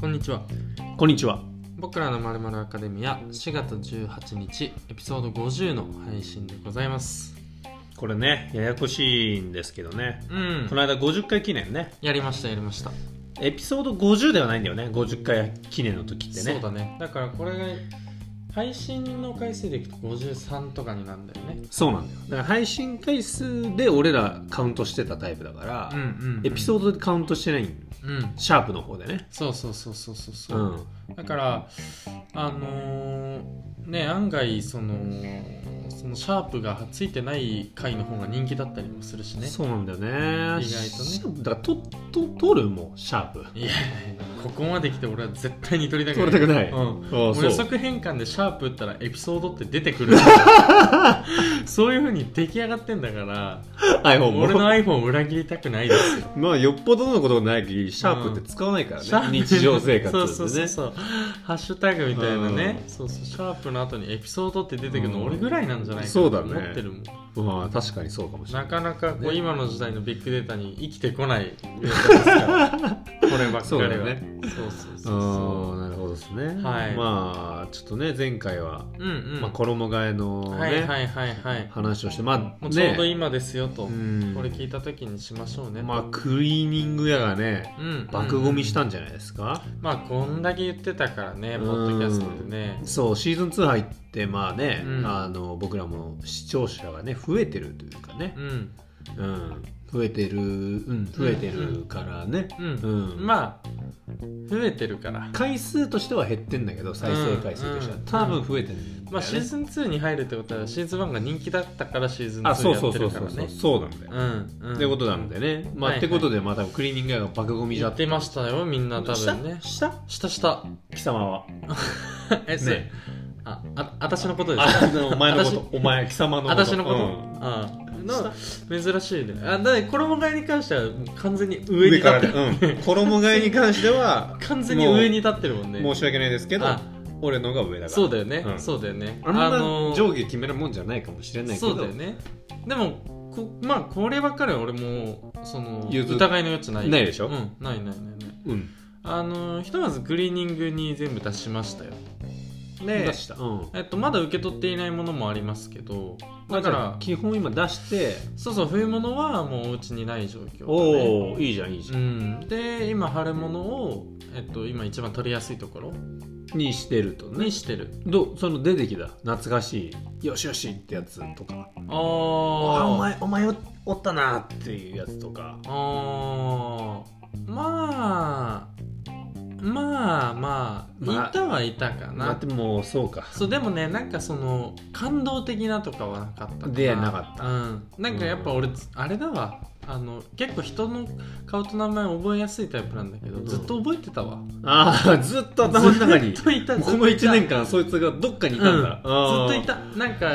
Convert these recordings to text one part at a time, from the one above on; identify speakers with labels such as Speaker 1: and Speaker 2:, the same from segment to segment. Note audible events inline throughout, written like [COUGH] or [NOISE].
Speaker 1: こんにちは。
Speaker 2: こんにちは。
Speaker 1: 僕らのまるまるアカデミア4月18日エピソード50の配信でございます。
Speaker 2: これね、ややこしいんですけどね。
Speaker 1: うん
Speaker 2: こ。の間50回記念ね。
Speaker 1: やりましたやりました。
Speaker 2: エピソード50ではないんだよね。50回記念の時ってね。
Speaker 1: そうだね。だからこれが配信の回数でいくと53とかになるんだよね。
Speaker 2: そうなんだよ。だから配信回数で俺らカウントしてたタイプだから、
Speaker 1: うんうん。
Speaker 2: エピソードでカウントしてない
Speaker 1: ード。うん。
Speaker 2: シャープの方でね。
Speaker 1: そうそうそうそうそう
Speaker 2: う
Speaker 1: そう。
Speaker 2: ん。
Speaker 1: だからあのーね案外そのそのシャープがついてない回の方が人気だったりもするしね。
Speaker 2: そうなんだよね。
Speaker 1: 意外とね
Speaker 2: シャープだから、と、と、取るもうシャープ。
Speaker 1: いやここまで来て俺は絶対に撮りたくない。
Speaker 2: 取りたくない。
Speaker 1: うん。
Speaker 2: ああ
Speaker 1: 予
Speaker 2: そう。
Speaker 1: 測変換でシャープ打ったらエピソードって出てく
Speaker 2: [LAUGHS]
Speaker 1: るそういうふうに出来上がってんだから
Speaker 2: iPhone も。
Speaker 1: 俺の iPhone を裏切りたくないですよ、
Speaker 2: [LAUGHS] まあ、よっぽどのことがない限り、シャープって使わないから
Speaker 1: シャープ
Speaker 2: [LAUGHS] ね。日常生活
Speaker 1: [LAUGHS] そ
Speaker 2: でね。
Speaker 1: うそうそうそうハッシュタグみたいなね、
Speaker 2: うん
Speaker 1: そうそうシャープの後にエピソードって出てくるの
Speaker 2: うん
Speaker 1: 俺ぐらいなんじゃないか
Speaker 2: そ
Speaker 1: な
Speaker 2: う
Speaker 1: と
Speaker 2: だ
Speaker 1: 思
Speaker 2: ね
Speaker 1: ってるもん、
Speaker 2: まあ、確かにそうかもしれな。
Speaker 1: ないかなかこう
Speaker 2: ね
Speaker 1: 今の時代のビッグデータに生きてこないデータですから
Speaker 2: [LAUGHS]
Speaker 1: こればっかりは
Speaker 2: そうだね
Speaker 1: そうそうそう
Speaker 2: あ
Speaker 1: そ
Speaker 2: あなるほどですね、
Speaker 1: はい
Speaker 2: まあちょっとね前回は、
Speaker 1: ううんうん、
Speaker 2: まあ、衣替えのね、
Speaker 1: はいはいはいはい
Speaker 2: 話をしてまあ
Speaker 1: もうちょうど
Speaker 2: ね
Speaker 1: 今ですよと、
Speaker 2: うん
Speaker 1: これ聞いた時にしましょうね、
Speaker 2: まあクリーニング屋がね
Speaker 1: うん
Speaker 2: 爆ゴミしたんじゃないですか、
Speaker 1: まあこんだけ言ってたからねポ
Speaker 2: う
Speaker 1: ッド
Speaker 2: ん
Speaker 1: キャストでね
Speaker 2: そうシーズン2入ってまあね、
Speaker 1: うん
Speaker 2: あの僕らも視聴者がね増えてるというかね
Speaker 1: う、ん
Speaker 2: うん増えてるうん増えてるからね、
Speaker 1: うん、
Speaker 2: うん
Speaker 1: まあ増えてるから
Speaker 2: 回数としては減ってんだけど再生回数としては、
Speaker 1: うん
Speaker 2: 多分増えてるんだよね
Speaker 1: まあシーズン2に入るってことはシーズン1が人気だったからシーズン2
Speaker 2: あそう
Speaker 1: や
Speaker 2: そ
Speaker 1: っ
Speaker 2: う
Speaker 1: て
Speaker 2: そ
Speaker 1: る
Speaker 2: う
Speaker 1: か
Speaker 2: そ
Speaker 1: ら
Speaker 2: うそう
Speaker 1: ね
Speaker 2: そうなんだよ、
Speaker 1: うんうん
Speaker 2: ってことなんでね、まあ
Speaker 1: はいはい
Speaker 2: ってことでまあ多分クリーニング屋が爆ゴミじゃ
Speaker 1: 言ってましたよみんな多分ね
Speaker 2: した
Speaker 1: したした [LAUGHS]
Speaker 2: 貴様は
Speaker 1: えそれ
Speaker 2: ね
Speaker 1: ああ私のことです
Speaker 2: あお前の [LAUGHS] ことお前貴様のこと
Speaker 1: 私のこと、
Speaker 2: うん
Speaker 1: あの珍しいねあだから衣替えに関してはもう完全に上に
Speaker 2: 上
Speaker 1: 立
Speaker 2: から
Speaker 1: って
Speaker 2: ね、
Speaker 1: る、 [LAUGHS]
Speaker 2: うん、衣替えに関しては
Speaker 1: 完全に上に立ってるもんね
Speaker 2: 申し訳ないですけど
Speaker 1: あ
Speaker 2: 俺のが上だから
Speaker 1: そうだよね、
Speaker 2: うん
Speaker 1: そうだよね
Speaker 2: あん
Speaker 1: の
Speaker 2: な
Speaker 1: ー
Speaker 2: 上下決めるもんじゃないかもしれないけど
Speaker 1: そうだよねでもこまあこればっかりは俺もその
Speaker 2: 譲っ
Speaker 1: 疑いの余地ない
Speaker 2: ないでしょ
Speaker 1: うんないないないない
Speaker 2: うん
Speaker 1: あのーひとまずクリーニングに全部出しましたよで
Speaker 2: 出、した、うん、
Speaker 1: えっと、まだ受け取っていないものもありますけどだ
Speaker 2: だ
Speaker 1: か
Speaker 2: から
Speaker 1: ら
Speaker 2: 基本今出して
Speaker 1: そうそう冬物はもうお家にない状況だね
Speaker 2: おおいいじゃんいいじゃ
Speaker 1: うん、で今春物を、えっと、今一番取りやすいところ
Speaker 2: ん、にしてるとね
Speaker 1: にしてる
Speaker 2: どうその出てきた懐かしいよしよしってやつとか
Speaker 1: あ
Speaker 2: あ
Speaker 1: あ
Speaker 2: お前お前おおったなっていうやつとか
Speaker 1: あーまあまあま
Speaker 2: ま
Speaker 1: あ
Speaker 2: あ
Speaker 1: いたはいたかな、
Speaker 2: だってもうそうか
Speaker 1: そうでもねなんかその感動的なとかはなかったか
Speaker 2: でなかった
Speaker 1: うんなんかやっぱ俺、あれだわあの結構人の顔と名前覚えやすいタイプなんだけど、
Speaker 2: うん
Speaker 1: ずっと覚えてたわ
Speaker 2: ああ [LAUGHS] ずっと頭の中に
Speaker 1: ずっといた
Speaker 2: もう
Speaker 1: ずっ
Speaker 2: この
Speaker 1: とい
Speaker 2: 1
Speaker 1: た
Speaker 2: 年間そいつがどっかにいたんだ、
Speaker 1: うん
Speaker 2: あ
Speaker 1: ず
Speaker 2: ー
Speaker 1: っといたなんか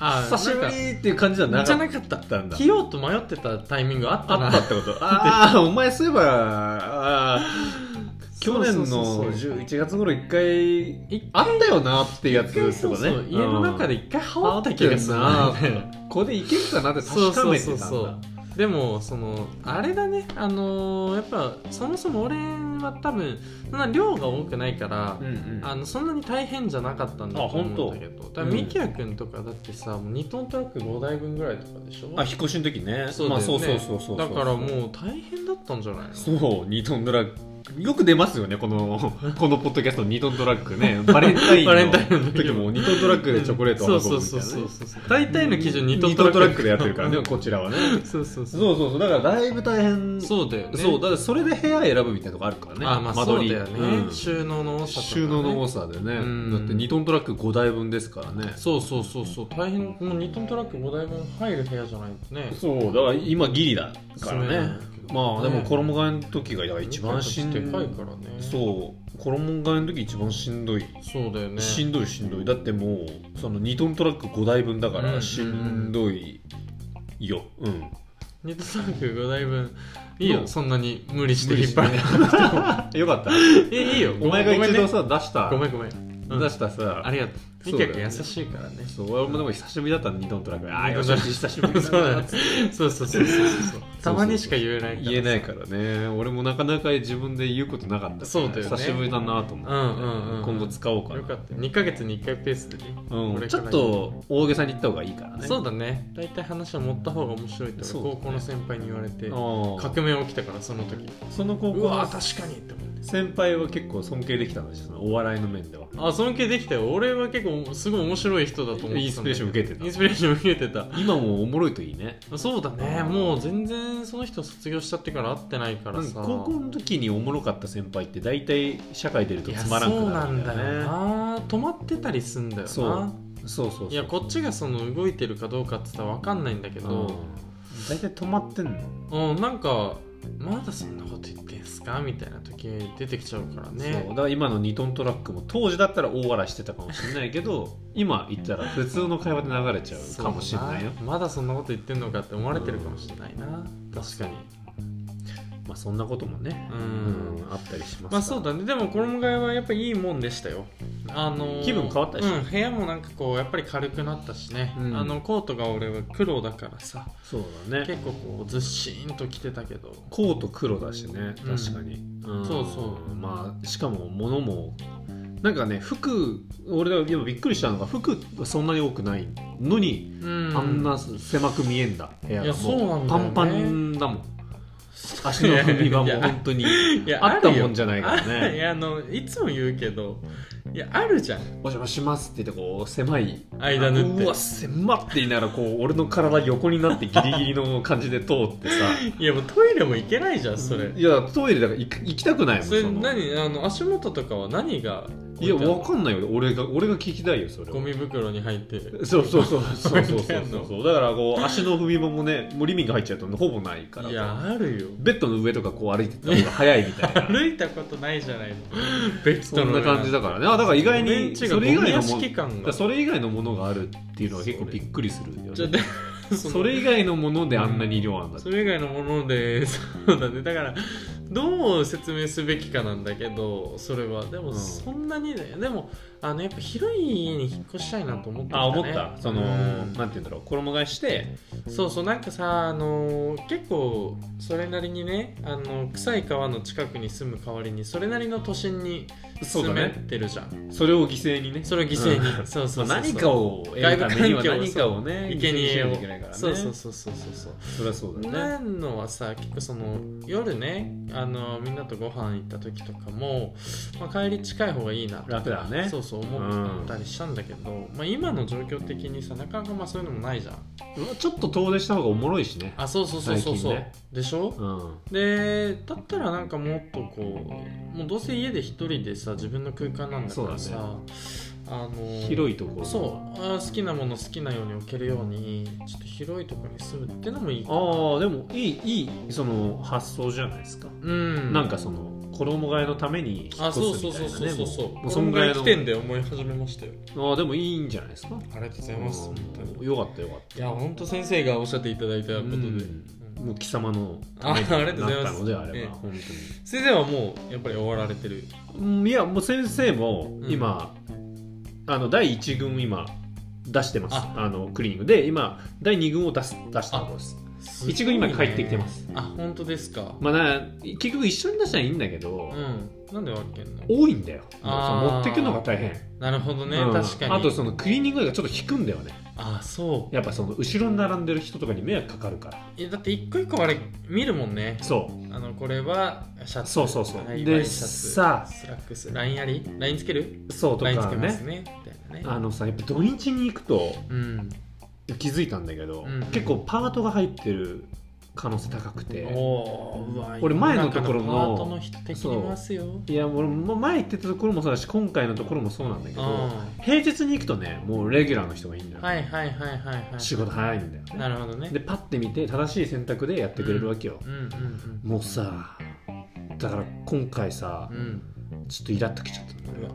Speaker 1: あ
Speaker 2: 久しぶりっていう感じじゃ
Speaker 1: なんか
Speaker 2: な
Speaker 1: じゃ
Speaker 2: か
Speaker 1: な
Speaker 2: っ
Speaker 1: かった
Speaker 2: たんだ
Speaker 1: 着ようと迷ってたタイミングあったな
Speaker 2: あったってことああお前そういえばあー去年
Speaker 1: そうそうそう
Speaker 2: の
Speaker 1: そう
Speaker 2: 11月頃一回
Speaker 1: 一
Speaker 2: あったよなっていうやつとかね
Speaker 1: そうそう家の中で
Speaker 2: うん
Speaker 1: 一回羽織った気がするな
Speaker 2: あったよなここでいけるかなって
Speaker 1: そう
Speaker 2: 確か
Speaker 1: そう
Speaker 2: めてた
Speaker 1: そ
Speaker 2: ん
Speaker 1: う
Speaker 2: だ
Speaker 1: そうでもそのあれだねあのーやっぱそもそも俺は多分そんな量が多くないから、
Speaker 2: うんうん
Speaker 1: あのそんなに大変じゃなかったんだと
Speaker 2: あ
Speaker 1: 思う
Speaker 2: 本
Speaker 1: ん
Speaker 2: 当
Speaker 1: だけどだから
Speaker 2: うん
Speaker 1: ミキヤ君とかだってさ、もう2トントラック5台分ぐらいとかでしょ
Speaker 2: あ引っ越しの時ね
Speaker 1: そうだ
Speaker 2: ま
Speaker 1: よ
Speaker 2: あ
Speaker 1: ね
Speaker 2: そうそうそうそう
Speaker 1: だからもう大変だったんじゃないの
Speaker 2: そう2トンドラッグよく出ますよねこのこのポッドキャストの2トンドラッグねバレンタイン
Speaker 1: バレンタインの
Speaker 2: の時も2トンドラッグでチョコレートを運ぶみたいな、ね、
Speaker 1: そうそうそうそうそう大体の基準2トン
Speaker 2: 二トン
Speaker 1: ト
Speaker 2: ト
Speaker 1: ラ
Speaker 2: ラ
Speaker 1: ッ
Speaker 2: ッ
Speaker 1: ク
Speaker 2: クでやってるからねこちらはね
Speaker 1: そうそうそう
Speaker 2: そうそうそうだからだいぶ大変
Speaker 1: そうだよね
Speaker 2: そうだからそれで部屋選ぶみたいなとこあるからね
Speaker 1: あまあ
Speaker 2: 間
Speaker 1: そう
Speaker 2: 取
Speaker 1: だ
Speaker 2: り
Speaker 1: よね、
Speaker 2: うん
Speaker 1: 収納の多さとか、ね、
Speaker 2: 収納の多さでね、
Speaker 1: うん
Speaker 2: だって2トントラック5台分ですからね
Speaker 1: そうそうそうそう大変もう2トントラック5台分入る部屋じゃないとね
Speaker 2: そうだから今ギリだから
Speaker 1: そうなん
Speaker 2: ね
Speaker 1: だけど
Speaker 2: まあでも
Speaker 1: ね
Speaker 2: 衣替えの時がだから一番しんど
Speaker 1: で
Speaker 2: い
Speaker 1: かいからねう
Speaker 2: そう衣替えの時一番しんどい、
Speaker 1: そうだよね
Speaker 2: しんどいしんどいだってもうその2トントラック5台分だか
Speaker 1: うん
Speaker 2: らしんどいようん、
Speaker 1: 2トントラック5台分いいよ
Speaker 2: どう
Speaker 1: そんなに無理して
Speaker 2: 無理
Speaker 1: 引っ
Speaker 2: し
Speaker 1: 張
Speaker 2: な
Speaker 1: る
Speaker 2: いよかった
Speaker 1: [LAUGHS] えいいよ
Speaker 2: お前が一度
Speaker 1: さ
Speaker 2: さ出した
Speaker 1: ごめんごめん、うん
Speaker 2: 出したさ
Speaker 1: ありがとミキヤ君優しい
Speaker 2: [LAUGHS]
Speaker 1: からね
Speaker 2: そう俺もでも久しぶりだったの二度のトラックああ
Speaker 1: 二
Speaker 2: よ
Speaker 1: 度
Speaker 2: し
Speaker 1: のトラッ
Speaker 2: よ
Speaker 1: ク
Speaker 2: し久しぶりだなって
Speaker 1: そうそう
Speaker 2: [LAUGHS]
Speaker 1: そうそうそう [LAUGHS] たまにしか言えないから
Speaker 2: 言えないからね俺もなかなか自分で言うことなかったから
Speaker 1: そうだよね
Speaker 2: 久しぶりだなと思って、
Speaker 1: うんうんうん
Speaker 2: 今後使おうかな
Speaker 1: よかった2ヶ月に1回ペースでね、
Speaker 2: うん
Speaker 1: 俺
Speaker 2: ち
Speaker 1: か
Speaker 2: ょ
Speaker 1: ら
Speaker 2: っと大げさに言った方がいいからね
Speaker 1: そうだね大体話を持った方が面白いって
Speaker 2: そう
Speaker 1: 俺高校の先輩に言われて、
Speaker 2: ああ
Speaker 1: 革命起きたからその時
Speaker 2: その高
Speaker 1: う
Speaker 2: 校
Speaker 1: わ
Speaker 2: の
Speaker 1: ー確かにって思って
Speaker 2: 先輩は結構尊敬できたんですよお笑いの面では
Speaker 1: あ尊敬できたよ俺は結構すごい面白い人だと思ってたんだけど
Speaker 2: インスピレーション受けてた
Speaker 1: インスピレーション受けてた
Speaker 2: 今もおもろいといいね
Speaker 1: そうだねもう全然その人卒業しちゃってから会ってないから
Speaker 2: なん
Speaker 1: さ
Speaker 2: か高校の時におもろかった先輩って大体社会出るとつまらんくなるんだよね
Speaker 1: いやそうなんだよな止まってたりすんだよな
Speaker 2: そうそうそうそう
Speaker 1: いやこっちがその動いてるかどうかって言ったら分かんないんだけ
Speaker 2: うん
Speaker 1: ど、
Speaker 2: 大体止まってんの
Speaker 1: うん、なんかまだそんなこと言ってんすかみたいな時出てきちゃうから
Speaker 2: そうだ
Speaker 1: ね
Speaker 2: から今の2トントラックも当時だったら大笑いしてたかもしれないけど今言ったら普通の会話で流れちゃうかもしれないよ
Speaker 1: そうだまだそんなこと言ってんのかって思われてるかもしれないな、確かに
Speaker 2: まあそんなこともね
Speaker 1: う、
Speaker 2: うんんあったりしますから
Speaker 1: まあそうだねでも衣替えはやっぱいいもんでしたよあのー
Speaker 2: 気分変わったでしょ
Speaker 1: うん、部屋もなんかこうやっぱり軽くなったしね、
Speaker 2: うん
Speaker 1: あのコートが俺は黒だからさ
Speaker 2: そうだね
Speaker 1: 結構こうずっしーんと着てたけど
Speaker 2: コート黒だしね
Speaker 1: うん
Speaker 2: 確かに、ん
Speaker 1: そうそう
Speaker 2: まあしかも物もなんかね服俺が今びっくりしたのが服はそんなに多くないのに、
Speaker 1: うん
Speaker 2: あんな狭く見えんだ部屋
Speaker 1: いや
Speaker 2: が
Speaker 1: そうな
Speaker 2: も
Speaker 1: ん
Speaker 2: う
Speaker 1: だ
Speaker 2: パ
Speaker 1: よね
Speaker 2: ンパン
Speaker 1: [LAUGHS]
Speaker 2: だもん足の踏み場
Speaker 1: い
Speaker 2: も
Speaker 1: や
Speaker 2: 本当に
Speaker 1: いや
Speaker 2: あった
Speaker 1: るよ [LAUGHS]
Speaker 2: もんじゃないからね
Speaker 1: あいやあのいつも言うけどいやあるじゃん
Speaker 2: お邪魔しますって言ってこう狭い
Speaker 1: 間縫って
Speaker 2: うわ狭って言いながらこう俺の体横になってギリギリの感じで通ってさ
Speaker 1: いやもうトイレも行けないじゃん [LAUGHS] それ、
Speaker 2: いやトイレだから行く行きたくないもん
Speaker 1: それ
Speaker 2: その
Speaker 1: 何あの足元とかは何が
Speaker 2: いやわかんないよ俺が俺が聞きたいよそれは
Speaker 1: ゴミ袋に入ってる
Speaker 2: そうそうそうそうそう
Speaker 1: 置いて
Speaker 2: そ
Speaker 1: んの
Speaker 2: うそうだからこう足の踏み場もねもうリビング入っちゃうとほぼないから
Speaker 1: いやあるよ
Speaker 2: ベッドの上とかこう歩いてった方が早いみたいな
Speaker 1: 歩いたことないじゃ [LAUGHS] ないのベッ
Speaker 2: そ
Speaker 1: ドの
Speaker 2: んな感じだからねあだから意外
Speaker 1: ベン
Speaker 2: に
Speaker 1: チが
Speaker 2: そ
Speaker 1: ゴ
Speaker 2: れ以
Speaker 1: ミ
Speaker 2: 外
Speaker 1: 屋
Speaker 2: のも
Speaker 1: 敷感
Speaker 2: だから
Speaker 1: が
Speaker 2: それ以外のものがあるっていうのは結構びっくりするよ
Speaker 1: じゃ
Speaker 2: ね
Speaker 1: で [LAUGHS] その
Speaker 2: それ以外のものであんなに量あんだって
Speaker 1: それ以外のもので [LAUGHS] そうだねだからどう説明すべきかなんだけどそれはでも
Speaker 2: うん
Speaker 1: そんなにね、でもあのやっぱ広い家に引っ越したいなと思ってた、ね、
Speaker 2: あ思ったその、
Speaker 1: うん
Speaker 2: なんて言うんだろう衣替えして
Speaker 1: そうそうなんかさあの結構それなりにねあの臭い川の近くに住む代わりにそれなりの都心に
Speaker 2: そう
Speaker 1: 住
Speaker 2: だ
Speaker 1: め
Speaker 2: ね
Speaker 1: ってるじゃんそ,、
Speaker 2: それを犠牲にね
Speaker 1: れを犠牲に、
Speaker 2: うん
Speaker 1: そうそうそうそう
Speaker 2: まあ何かを得るためには
Speaker 1: 外部環境を
Speaker 2: 何かをね
Speaker 1: 生贄
Speaker 2: 犠牲にしな
Speaker 1: を
Speaker 2: きゃいけないからね
Speaker 1: そうそうそうそうそうそう
Speaker 2: そりゃそうだよね
Speaker 1: なんのはさ結構その夜ねあのみんなとご飯行った時とかも、まあ、帰り近い方がいいなとか
Speaker 2: 楽だね
Speaker 1: そうそう思ったりしたんだけど、まあ、今の状況的にさなかなかまあそういうのもないじゃん
Speaker 2: ちょっと遠出した方がおもろいしね
Speaker 1: あそうそうそうそうそう、
Speaker 2: 最近ね
Speaker 1: でしょ
Speaker 2: うん
Speaker 1: でだったらなんかもっとこうもうどうせ家で一人でさ自分の空間なんだから
Speaker 2: そ
Speaker 1: さ、
Speaker 2: うだね
Speaker 1: あの
Speaker 2: 広いところ
Speaker 1: そうあ好きなもの好きなように置けるようにちょっと広いところに住むってのもいいかな
Speaker 2: ああでもいいいいその発想じゃないですか、
Speaker 1: うん
Speaker 2: なんかその衣替えのために引っ越すみたいな、
Speaker 1: あそ
Speaker 2: ね、
Speaker 1: うそうそうそうそうそう
Speaker 2: も
Speaker 1: も
Speaker 2: も
Speaker 1: う
Speaker 2: う
Speaker 1: そ
Speaker 2: そ
Speaker 1: ん
Speaker 2: ん
Speaker 1: ぐ
Speaker 2: ぐ
Speaker 1: ら
Speaker 2: ら
Speaker 1: い
Speaker 2: い
Speaker 1: の
Speaker 2: の
Speaker 1: 起点で思い始めましたよ
Speaker 2: ああでもいいんじゃないですか
Speaker 1: ありがとうございます本当に
Speaker 2: うんよかったよかった
Speaker 1: いや本当先生がおっしゃっていただいたことで、
Speaker 2: うんもう貴様の
Speaker 1: あありがとうございます
Speaker 2: なったのであれば、
Speaker 1: ええ
Speaker 2: 本当に
Speaker 1: 先生はもうやっぱり終わられてる
Speaker 2: うんいやもう先生も
Speaker 1: うん
Speaker 2: 今、あの第1軍今出してます
Speaker 1: あ
Speaker 2: あのクリーニングで今第2軍を出す出したところです一軍今帰ってきてます
Speaker 1: あ本当ですか、
Speaker 2: まあな結局一緒に出したらいいんだけど、
Speaker 1: うんなんで分けんの
Speaker 2: 多いんだよ
Speaker 1: あー
Speaker 2: もうその持ってくのが大変、
Speaker 1: なるほどね、
Speaker 2: うん
Speaker 1: 確かに
Speaker 2: あとそのクリーニングがちょっと引くんだよね
Speaker 1: あそう
Speaker 2: やっぱその後ろに並んでる人とかに迷惑かかるから
Speaker 1: えだって一個一個あれ見るもんね
Speaker 2: そう
Speaker 1: あのこれはシャツ
Speaker 2: そうそうそう
Speaker 1: はい
Speaker 2: で
Speaker 1: ワイシャツ
Speaker 2: さあ
Speaker 1: スラックスラインありラインつける
Speaker 2: そうと
Speaker 1: ラインつ
Speaker 2: か
Speaker 1: け
Speaker 2: ね
Speaker 1: ますねみたいなね
Speaker 2: あのさやっぱ土日に行くと
Speaker 1: うん
Speaker 2: 気づいたんだけど、
Speaker 1: うん
Speaker 2: 結構パートが入ってる可能性高くて
Speaker 1: おーうわ
Speaker 2: 俺前のところ
Speaker 1: 世
Speaker 2: の
Speaker 1: 中パートの人的にいますよ
Speaker 2: いや俺も前行ってたところもそうだし今回のところもそうなんだけ
Speaker 1: う
Speaker 2: ど
Speaker 1: ん
Speaker 2: 平日に行くとねもうレギュラーの人がいいんだよ、
Speaker 1: はいはいはいはいはい
Speaker 2: 仕事早いんだよね
Speaker 1: なるほどね
Speaker 2: でパッて見て正しい選択でやってくれるわけよ
Speaker 1: う、んうん
Speaker 2: もうさだから今回さ
Speaker 1: うんうん
Speaker 2: ちょっとイラっときちゃったんだ
Speaker 1: うわ
Speaker 2: よ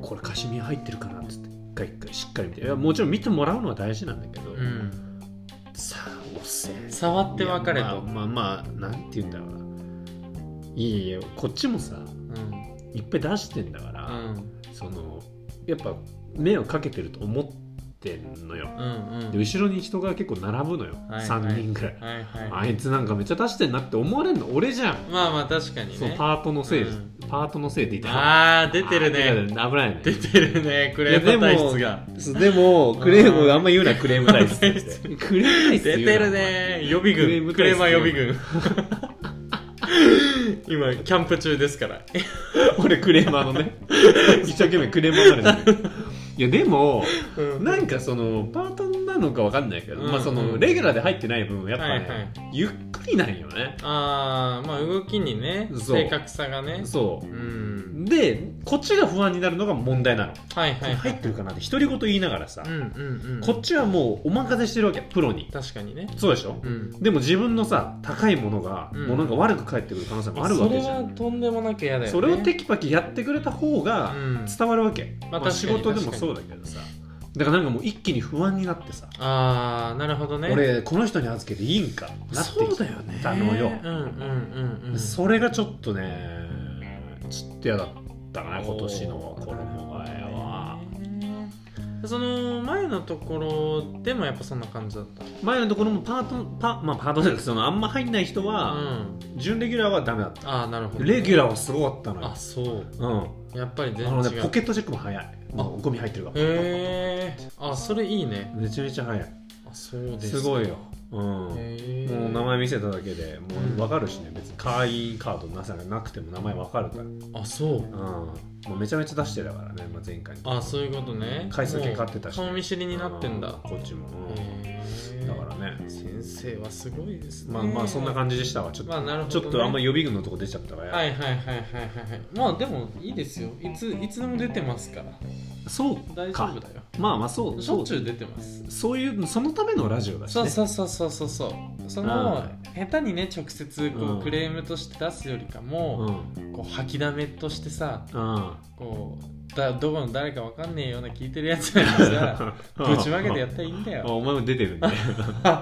Speaker 2: これカシミヤ入ってるかなっつって一回一回しっかり見ていやもちろん見てもらうのは大事なんだけど、
Speaker 1: うん
Speaker 2: さあおせえ
Speaker 1: 触って分かれ
Speaker 2: いや
Speaker 1: と
Speaker 2: まあまあ、まあ、なんて言うんだろうないやいやこっちもさ
Speaker 1: うん
Speaker 2: いっぱい出してんだか
Speaker 1: う
Speaker 2: ら、
Speaker 1: ん
Speaker 2: そのやっぱ迷惑かけてると思ってんのよ
Speaker 1: うん
Speaker 2: で後ろに人が結構並ぶのよ、
Speaker 1: はい
Speaker 2: 3人ぐらい、
Speaker 1: はいはい
Speaker 2: あいつなんかめっちゃ出してんなって思われるの俺じゃん、
Speaker 1: まあまあ確かに
Speaker 2: そう
Speaker 1: ね
Speaker 2: パートのせい、
Speaker 1: うん
Speaker 2: パートのせいって言ったら
Speaker 1: あー出てる
Speaker 2: あー
Speaker 1: ね
Speaker 2: 出て危ないね
Speaker 1: 出てるねクレープ体質が
Speaker 2: でもクレームあんま言うなクレーム
Speaker 1: [LAUGHS]
Speaker 2: 体質っ
Speaker 1: クレー
Speaker 2: てクレーム体質
Speaker 1: 出
Speaker 2: 言うな
Speaker 1: てるね予備
Speaker 2: クレー
Speaker 1: 軍
Speaker 2: ム
Speaker 1: クレ
Speaker 2: 体
Speaker 1: ー
Speaker 2: 質
Speaker 1: マー予備軍 [LAUGHS] 今キャンプ中ですから
Speaker 2: 俺クレーマーの
Speaker 1: [LAUGHS]
Speaker 2: ね一生懸命クレーマーなるんだけどいやでも
Speaker 1: うん
Speaker 2: なんかそのパートなのかわかんないけど、
Speaker 1: うん
Speaker 2: まあそのレギュラーで入ってない分やっぱね、
Speaker 1: はいはい
Speaker 2: ゆっくりなんよね
Speaker 1: あーまあ動きにね
Speaker 2: そう
Speaker 1: 正確さがね
Speaker 2: そ
Speaker 1: うん
Speaker 2: うでこっちが不安になるのが問題なの、
Speaker 1: はいはいは
Speaker 2: 入っ
Speaker 1: い
Speaker 2: てるかなって独り言言いながらさ、
Speaker 1: うんうんうん
Speaker 2: こっちはもうお任せしてるわけプロに
Speaker 1: 確かにね
Speaker 2: そうでしょ、
Speaker 1: うん
Speaker 2: でも自分のさ高いものが、
Speaker 1: うん
Speaker 2: もうなんか悪く返ってくる可能性もあるわけじゃん
Speaker 1: それはとんでもなく嫌だよね
Speaker 2: それをテキパキやってくれた方が
Speaker 1: うん
Speaker 2: 伝わるわけ、
Speaker 1: ま
Speaker 2: ま
Speaker 1: あ確
Speaker 2: あ
Speaker 1: かに
Speaker 2: 仕事でもそうだけどさだからなんかもう一気に不安になってさ、
Speaker 1: ああなるほどね
Speaker 2: 俺この人に預けていいんかなって
Speaker 1: そうだよね
Speaker 2: きたのよ
Speaker 1: うんうんうんうん
Speaker 2: それがちょっとねちょっと嫌だったな今年のこの前は
Speaker 1: ねその前のところでもやっぱそんな感じだった
Speaker 2: 前のところもパートパ,、まあ、パートじゃなくてそのあんま入んない人
Speaker 1: う
Speaker 2: は、
Speaker 1: ん
Speaker 2: 準レギュラーはダメだった
Speaker 1: ああなるほど
Speaker 2: レギュ
Speaker 1: ラ
Speaker 2: ラーはすごかったのよ
Speaker 1: あそう
Speaker 2: うん
Speaker 1: やっぱり全
Speaker 2: あ
Speaker 1: 然
Speaker 2: の
Speaker 1: 違
Speaker 2: ね
Speaker 1: う
Speaker 2: ポケットチェックも早いもうゴミ入ってるから
Speaker 1: へえあそれいいね
Speaker 2: めちゃめちゃ早い
Speaker 1: あそうです
Speaker 2: すごいようん
Speaker 1: へえ
Speaker 2: もう名前見せただけでもう分かるしね別に会員カードなさがなくても名前分かるから、うん、
Speaker 1: あそう
Speaker 2: もうめちゃめちゃ出してたからね、まあ、前回に
Speaker 1: あそういうことね
Speaker 2: 回数券買ってたし、
Speaker 1: もう顔見知りになってんだ
Speaker 2: うこっちも、うん
Speaker 1: へえ
Speaker 2: だからね
Speaker 1: 先生はすごいですね
Speaker 2: まあまあそんな感じでしたわちょっと、
Speaker 1: まあなるほ
Speaker 2: ち
Speaker 1: ど
Speaker 2: ょ
Speaker 1: ね
Speaker 2: っとあんま予備軍のとこ出ちゃったわよ、
Speaker 1: はいはいはいはいはいはいまあでもいいですよいついつでも出てますから
Speaker 2: そう
Speaker 1: 大丈
Speaker 2: か
Speaker 1: 夫だよ
Speaker 2: まあまあそう
Speaker 1: しょっちゅ
Speaker 2: そ
Speaker 1: う
Speaker 2: う
Speaker 1: 出てます
Speaker 2: そういうそのためのラジオだし、
Speaker 1: そう
Speaker 2: ね、
Speaker 1: そうそうそうそうそうその
Speaker 2: は
Speaker 1: 下手にね直接こう、
Speaker 2: うん
Speaker 1: クレームとして出すよりか
Speaker 2: う
Speaker 1: も、
Speaker 2: ん
Speaker 1: こう吐きだめとしてさ
Speaker 2: うん
Speaker 1: こうだどこの誰かわかんねえような聞いてるやつらにさ
Speaker 2: [LAUGHS]
Speaker 1: ぶちまけてやったらいいんだ
Speaker 2: あ
Speaker 1: よ
Speaker 2: [LAUGHS] お前も出てるね
Speaker 1: [LAUGHS]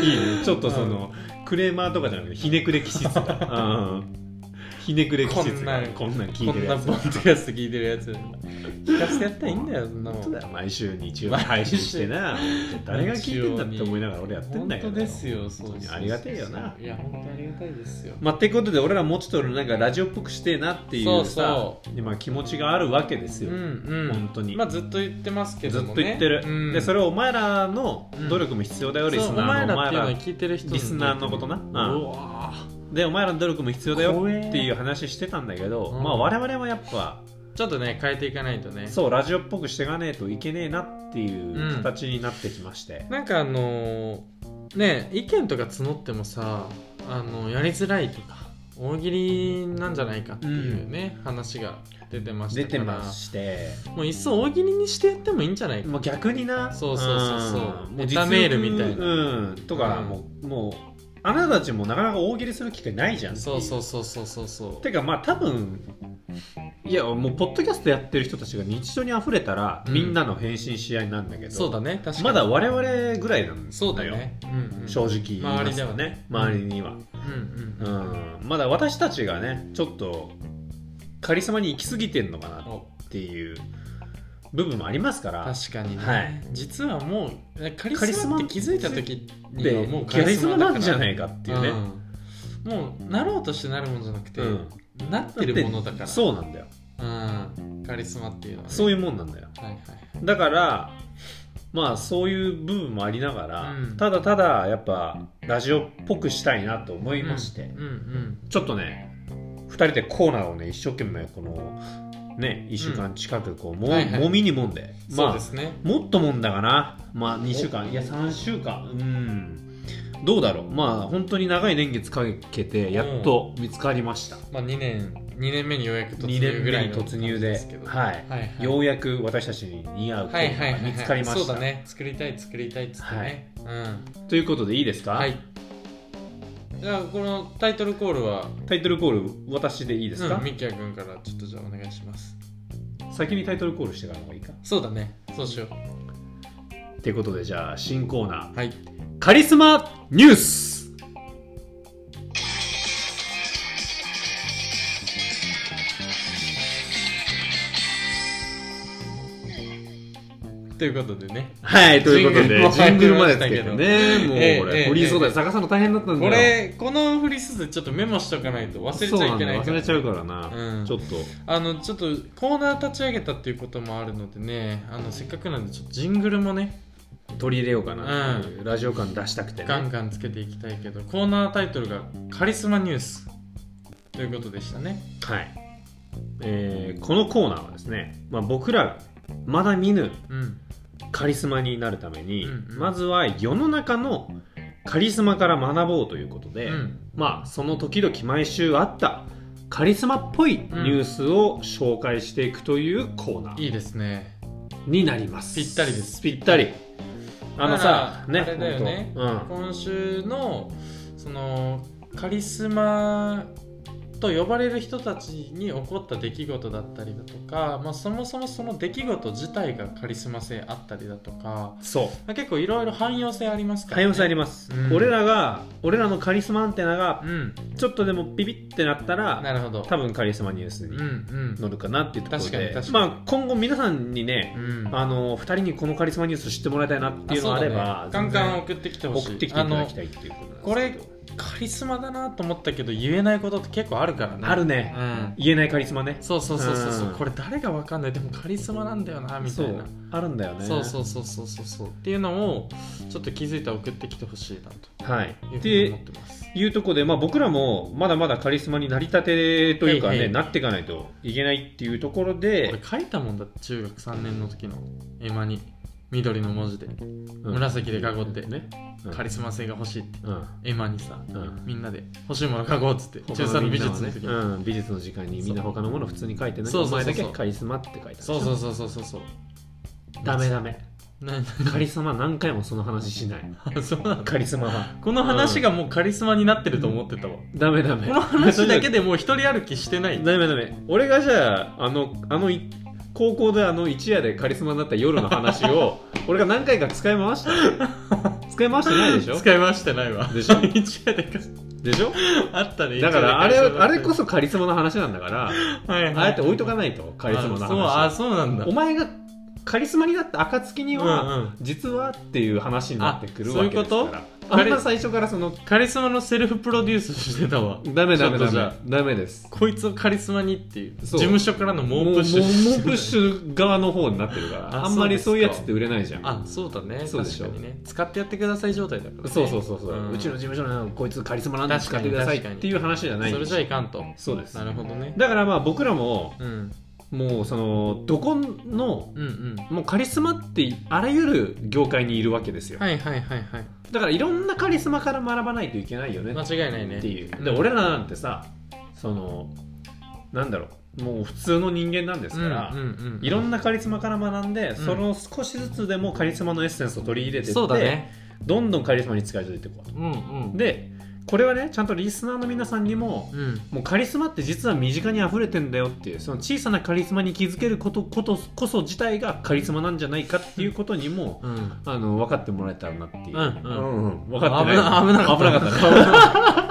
Speaker 2: いいねちょっとその、クレーマーとかじゃなくてひねくれ気質が、うん、ひねくれ気質が
Speaker 1: こ
Speaker 2: こんなん聞
Speaker 1: こ
Speaker 2: いて
Speaker 1: ん
Speaker 2: る
Speaker 1: な
Speaker 2: やつ
Speaker 1: ポッドキャスト聞いてるやつらに聞かせてやったらいいんだよそんなもん
Speaker 2: 本当だよ毎週日曜日配信してな誰が聞いてんだって思いながら俺やってん
Speaker 1: 本
Speaker 2: だよ
Speaker 1: 当ですよそう
Speaker 2: 本当に
Speaker 1: そうそう
Speaker 2: ありがたいよない
Speaker 1: や本当ありがたいですよ
Speaker 2: まあ、ってことで俺らもうちょっとなんかラジオっぽくしてえなっていう
Speaker 1: そう
Speaker 2: さ
Speaker 1: そ
Speaker 2: 今気持ちがあるわけです
Speaker 1: う
Speaker 2: よ、
Speaker 1: んうん
Speaker 2: 本当に、
Speaker 1: まあずっと言ってますけ
Speaker 2: ず
Speaker 1: ど
Speaker 2: っ
Speaker 1: も、ね、
Speaker 2: と言ってる、
Speaker 1: うん
Speaker 2: でそれをお前らの努力も必要だよ、リス
Speaker 1: そうお
Speaker 2: ナ
Speaker 1: 前
Speaker 2: ーのお
Speaker 1: らっ
Speaker 2: 前
Speaker 1: ていうの
Speaker 2: ら
Speaker 1: は聞いてる人
Speaker 2: リスナーのことな、うん
Speaker 1: うわ
Speaker 2: でお前らの努力も必要だよ
Speaker 1: 怖え
Speaker 2: っていう話してたんだけど、
Speaker 1: うん
Speaker 2: まあ我々もやっぱ
Speaker 1: ちょっとね変えていかないとね
Speaker 2: そうラジオっぽくしていかねえといけねえなっていうんう形になってきまして、
Speaker 1: なんかあのーね意見とか募ってもさあのやりづらいとか大喜利なんじゃないかっていうね、話が出てました
Speaker 2: 出
Speaker 1: から
Speaker 2: てまして、
Speaker 1: もういっそ大喜利にしてやってもいいんじゃないか
Speaker 2: もう逆にな
Speaker 1: そうそうそうそうんネタ
Speaker 2: 実力
Speaker 1: メールみたいな
Speaker 2: うん、とか、
Speaker 1: うん
Speaker 2: もうもうあなたたちもなかなか大喜利する機会ないじゃんってい
Speaker 1: そうそうそうそうそうそう
Speaker 2: てかまあ多分いやもうポッドキャストやってる人たちが日常に溢れたら、
Speaker 1: うん
Speaker 2: みんなの返信し合いになるんだけど
Speaker 1: そうだね確かに
Speaker 2: まだ我々ぐらいなんだよ
Speaker 1: そうだよね、うんうん、
Speaker 2: 正直言います
Speaker 1: 周
Speaker 2: と
Speaker 1: りではね
Speaker 2: 周りには、
Speaker 1: うんうん
Speaker 2: う
Speaker 1: うん
Speaker 2: んまだ私たちがねちょっとカリスマに行き過ぎてんのかなっ
Speaker 1: お
Speaker 2: ていう部分もありますから
Speaker 1: 確かにね、
Speaker 2: はい
Speaker 1: 実はもうカリ
Speaker 2: カリ
Speaker 1: ス
Speaker 2: ス
Speaker 1: マっ
Speaker 2: マ
Speaker 1: て気づいた時には
Speaker 2: で
Speaker 1: もう
Speaker 2: カリスマ
Speaker 1: だ
Speaker 2: な
Speaker 1: から
Speaker 2: んじゃないかっていうね、
Speaker 1: うんもうなろうとしてなるものじゃなくて、
Speaker 2: うん
Speaker 1: なってるものだからう、
Speaker 2: そうなんだよ
Speaker 1: ん、カリスマっていうのは、ね、
Speaker 2: そう
Speaker 1: いう
Speaker 2: いうもんなんだよ
Speaker 1: はいはい
Speaker 2: だからまあそういう部分もありながら、
Speaker 1: うん
Speaker 2: ただただやっぱラジオっぽくしたいなと思いまして、
Speaker 1: うんうん
Speaker 2: ちょっとね2人でコーナーをね一生懸命このね1週間近くこう、も
Speaker 1: はいはい
Speaker 2: もみにもんで
Speaker 1: うんそう
Speaker 2: ま
Speaker 1: ですね、
Speaker 2: あもっともんだかなまあ2週間いや3週間うんどうだろうまあ本当に長い年月かけてやっと見つかりました、
Speaker 1: まあ、2年二年目にようやく突
Speaker 2: 2
Speaker 1: 入
Speaker 2: 年
Speaker 1: ぐら
Speaker 2: 目
Speaker 1: い
Speaker 2: に
Speaker 1: の
Speaker 2: 突入
Speaker 1: 感
Speaker 2: で
Speaker 1: じすけど
Speaker 2: は
Speaker 1: はい
Speaker 2: い、
Speaker 1: はいはい
Speaker 2: ようやく私たちに似合うコ
Speaker 1: はい
Speaker 2: ーナ
Speaker 1: はい
Speaker 2: ーが
Speaker 1: はい
Speaker 2: 見つかりました、
Speaker 1: そうだね作りたい作りたいっつってね、
Speaker 2: ということでいいですか、
Speaker 1: うんはいじゃあこのタイトルコールは
Speaker 2: タイトルコール私でいいですか、
Speaker 1: うん、ミキヤ君からちょっとじゃあお願いします
Speaker 2: 先にタイトルコールしてからの方がいいか
Speaker 1: そうだねそうしよう
Speaker 2: ってことでじゃあ新コーナー
Speaker 1: はい
Speaker 2: カリスマニュース
Speaker 1: ということでね
Speaker 2: はい、ということで、ジ
Speaker 1: ジ
Speaker 2: ン
Speaker 1: ン
Speaker 2: グ
Speaker 1: グ
Speaker 2: ル
Speaker 1: ル
Speaker 2: ま
Speaker 1: ま
Speaker 2: で
Speaker 1: で
Speaker 2: つ
Speaker 1: つ
Speaker 2: け
Speaker 1: け
Speaker 2: て
Speaker 1: て
Speaker 2: ね
Speaker 1: ね、
Speaker 2: もうこ
Speaker 1: え
Speaker 2: れ、
Speaker 1: え
Speaker 2: フリー素材探すの大変だったんだよ。
Speaker 1: これこのフリスズちょっとメモしとかないと忘れちゃいけないか
Speaker 2: そうなんだ忘
Speaker 1: ら
Speaker 2: れちゃうからな、
Speaker 1: うん
Speaker 2: ちょっと
Speaker 1: あのちょっとコーナー立ち上げたっていうこともあるのでねあのせっかくなんでちょっとジングルもね
Speaker 2: 取り入れようかな、
Speaker 1: う
Speaker 2: ラジオ感出したくてね
Speaker 1: ガンガンつけていきたいけどコーナータイトルが「カリスマニュース」ということでしたね
Speaker 2: はい、えーこのコーナーはですね、まあ、僕らがまだ見ぬ
Speaker 1: うん
Speaker 2: カリスマになるために、
Speaker 1: うんうん
Speaker 2: まずは世の中のカリスマから学ぼうということで、
Speaker 1: うん
Speaker 2: まあその時々毎週あったカリスマっぽいニュースを紹介していくというコーナ
Speaker 1: い
Speaker 2: ー
Speaker 1: いですね
Speaker 2: になります、
Speaker 1: ぴったりです
Speaker 2: ぴったりあのさ
Speaker 1: だから
Speaker 2: ね
Speaker 1: あれだよね
Speaker 2: ほんとうん
Speaker 1: 今週のそのカリスマと呼ばれる人たちに起こった出来事だったりだとか、まあ、そもそもその出来事自体がカリスマ性あったりだとか
Speaker 2: そう
Speaker 1: まあ結構いろいろ汎用性ありますから、
Speaker 2: 汎用性あります、
Speaker 1: うん
Speaker 2: 俺らが俺らのカリスマアンテナが
Speaker 1: うん
Speaker 2: ちょっとでもビビってなったら
Speaker 1: なるほど
Speaker 2: 多分カリスマニュース
Speaker 1: うん
Speaker 2: に
Speaker 1: うん
Speaker 2: 乗るかなっていうところ
Speaker 1: 確か
Speaker 2: で
Speaker 1: に確かに
Speaker 2: まあ今後皆さんにね、
Speaker 1: うん
Speaker 2: あの2人にこのカリスマニュース知ってもらいたいなっていうのがあれば
Speaker 1: そうだねガンガン
Speaker 2: 全
Speaker 1: 送ってきて
Speaker 2: 然
Speaker 1: ほしい
Speaker 2: 送ってきていただきたいっていうことなんですけ
Speaker 1: あ
Speaker 2: ど
Speaker 1: のカリスマだなと思ったけど言えないことって結構あるからね
Speaker 2: ある
Speaker 1: う
Speaker 2: ね、
Speaker 1: ん
Speaker 2: 言えないカリスマね
Speaker 1: そうそうそうそうそう
Speaker 2: うん
Speaker 1: これ誰がわかんないでもカリスマなんだよなみた
Speaker 2: そ
Speaker 1: いうな
Speaker 2: あるんだよね
Speaker 1: そうそうそうそうそうそうっていうのをちょっと気づいたら送ってきてほしいなと
Speaker 2: はい
Speaker 1: いうふうに
Speaker 2: で
Speaker 1: 思ってます
Speaker 2: いうとこで、まあ、僕らもまだまだカリスマになりたてというかね、
Speaker 1: はいはい
Speaker 2: なっていかないといけないっていうところ
Speaker 1: 俺
Speaker 2: で、
Speaker 1: 書いたもんだって中学3年の時の絵馬に緑の文字で
Speaker 2: うん
Speaker 1: 紫で囲って
Speaker 2: ね、うん
Speaker 1: カリスマ性が欲しいって
Speaker 2: うん
Speaker 1: 絵馬にさ
Speaker 2: うん
Speaker 1: みんなで欲しいもの書こうっつって中3の美術の時に
Speaker 2: うん、美術の時間にみんな他のもの普通に書いてない
Speaker 1: そう
Speaker 2: お前だけ
Speaker 1: そうそうそう
Speaker 2: カリスマって書いてある
Speaker 1: そうそうそうそうそうそう
Speaker 2: ダメダメ
Speaker 1: な
Speaker 2: カリスマ何回もその話しない
Speaker 1: なそうなの
Speaker 2: [LAUGHS] カリスマは
Speaker 1: この話がもうカリスマになってると思ってたわ、
Speaker 2: ダメダメ
Speaker 1: この話だけでもう一人歩きしてない
Speaker 2: ダメダメ俺がじゃああのあのい高校であの一夜でカリスマになった夜の話 [LAUGHS] を俺が何回か使い回 [LAUGHS] した使い回してないでしょ
Speaker 1: 使いましてないわ
Speaker 2: でしょ
Speaker 1: 一夜でか
Speaker 2: で [LAUGHS] しょ
Speaker 1: あったね
Speaker 2: だからあれ
Speaker 1: 一夜で
Speaker 2: あれこそカリスマの話なんだ [LAUGHS] から
Speaker 1: はいはい
Speaker 2: ああやって置いとかないとカリスマの
Speaker 1: あ
Speaker 2: 話
Speaker 1: そうあそうなんだ
Speaker 2: お前がカリスマになった暁には、
Speaker 1: うんうん
Speaker 2: 実はっていう話になってくる
Speaker 1: あ
Speaker 2: わけですから
Speaker 1: そういうこと
Speaker 2: あんな最初からその
Speaker 1: カリスマのセルフプロデュースしてたわ
Speaker 2: ダメダメ
Speaker 1: ちょ
Speaker 2: ダ
Speaker 1: っとじ
Speaker 2: メ
Speaker 1: ゃ
Speaker 2: ダメです
Speaker 1: こいつをカリスマにっていう事
Speaker 2: そう
Speaker 1: 務所からの猛プッシュ
Speaker 2: もうもうプッシュ側の方になってるから
Speaker 1: あ
Speaker 2: あんまり
Speaker 1: そ
Speaker 2: そうう
Speaker 1: です
Speaker 2: いう
Speaker 1: か
Speaker 2: やつって売れないじゃん
Speaker 1: [LAUGHS] あそうだね
Speaker 2: そうでしょ
Speaker 1: 確かにね使ってやってください状態だから、ね、
Speaker 2: そうそうそうそう、
Speaker 1: う
Speaker 2: うんちの事務所のこいつカリスマなんで使ってくださいっ
Speaker 1: 確かに
Speaker 2: ていう話じゃない
Speaker 1: それじゃいかんと
Speaker 2: そうです
Speaker 1: なるほどね
Speaker 2: だからまあ僕らも
Speaker 1: うん
Speaker 2: もうそのどこの
Speaker 1: うんうん
Speaker 2: もうカリスマってあらゆる業界にいるわけですよ、
Speaker 1: はいはいはいはい
Speaker 2: だからいろんなカリスマから学ばないといけないよね
Speaker 1: 間違いないね
Speaker 2: っていう
Speaker 1: うん
Speaker 2: で俺らなんてさそのなんだろうもう普通の人間なんですから、
Speaker 1: うんうんうん、
Speaker 2: いろんなカリスマから学んで、
Speaker 1: ん
Speaker 2: その少しずつでもカリスマのエッセンスを取り入れてって
Speaker 1: そうだね
Speaker 2: どんどんカリスマに使い続けていこう
Speaker 1: うんうん
Speaker 2: とでこれはねちゃんとリスナーの皆さんにも
Speaker 1: うん
Speaker 2: もうカリスマって実は身近に溢れてんだよっていうその小さなカリスマに気づけることことこそ自体がカリスマなんじゃないかっていうことにも、
Speaker 1: うん
Speaker 2: あの分かってもらえたらなっていう、
Speaker 1: うんうん
Speaker 2: うん分かってない
Speaker 1: 危な危なかった
Speaker 2: 危なかったね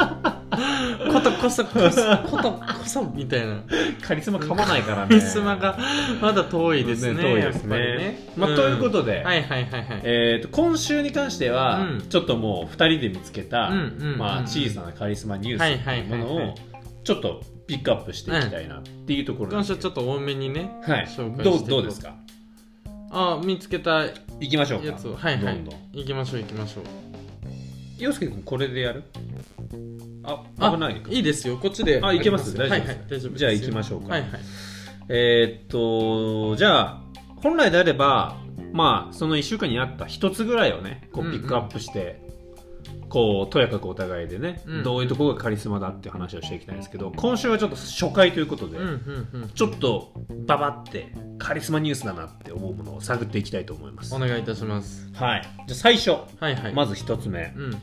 Speaker 1: ことこそこそことこそみたいな
Speaker 2: カリスマ噛まないからね。
Speaker 1: カリスマがまだ遠いですね
Speaker 2: 遠いですね。
Speaker 1: やっぱりね
Speaker 2: まあ
Speaker 1: ん
Speaker 2: ということで、
Speaker 1: はいはいはいはい
Speaker 2: えーと今週に関しては、
Speaker 1: うん
Speaker 2: ちょっともう2人で見つけた、
Speaker 1: うんうんうん
Speaker 2: まあ、小さなカリスマニュースっていうも
Speaker 1: はいはいはい
Speaker 2: の
Speaker 1: は
Speaker 2: をちょっとピックアップしていきたいなっていうところなん
Speaker 1: 今
Speaker 2: です
Speaker 1: 週ちょっと多めにね
Speaker 2: は
Speaker 1: 紹、
Speaker 2: い
Speaker 1: 介してい
Speaker 2: ど
Speaker 1: こ
Speaker 2: うどうですか
Speaker 1: あ見つけたや
Speaker 2: いきましょうか
Speaker 1: つをはいはい
Speaker 2: どんどん
Speaker 1: 行きましょう行きましょう
Speaker 2: 洋介君これでやるあ
Speaker 1: あ
Speaker 2: 危ないか
Speaker 1: いいですよこっちで
Speaker 2: あいけます
Speaker 1: はい
Speaker 2: 大丈夫で
Speaker 1: は
Speaker 2: す
Speaker 1: い大丈夫です
Speaker 2: じゃあ行きましょうか
Speaker 1: はいはい
Speaker 2: えーっとじゃあ本来であればまあその1週間にあった1つぐらいをねこ
Speaker 1: うん
Speaker 2: う
Speaker 1: う
Speaker 2: ピ
Speaker 1: ん
Speaker 2: ックアップして、こうとやかくお互いでね、
Speaker 1: うん
Speaker 2: どういうところがカリスマだっていう話をしていきたいんですけど今週はちょっと初回ということで、
Speaker 1: うんうん
Speaker 2: ちょっとババってカリスマニュースだなって思うものを探っていきたいと思います
Speaker 1: うんお願いいたします
Speaker 2: はいじゃあ最初、
Speaker 1: はいはい
Speaker 2: ま
Speaker 1: ず
Speaker 2: ず1つ目、
Speaker 1: うん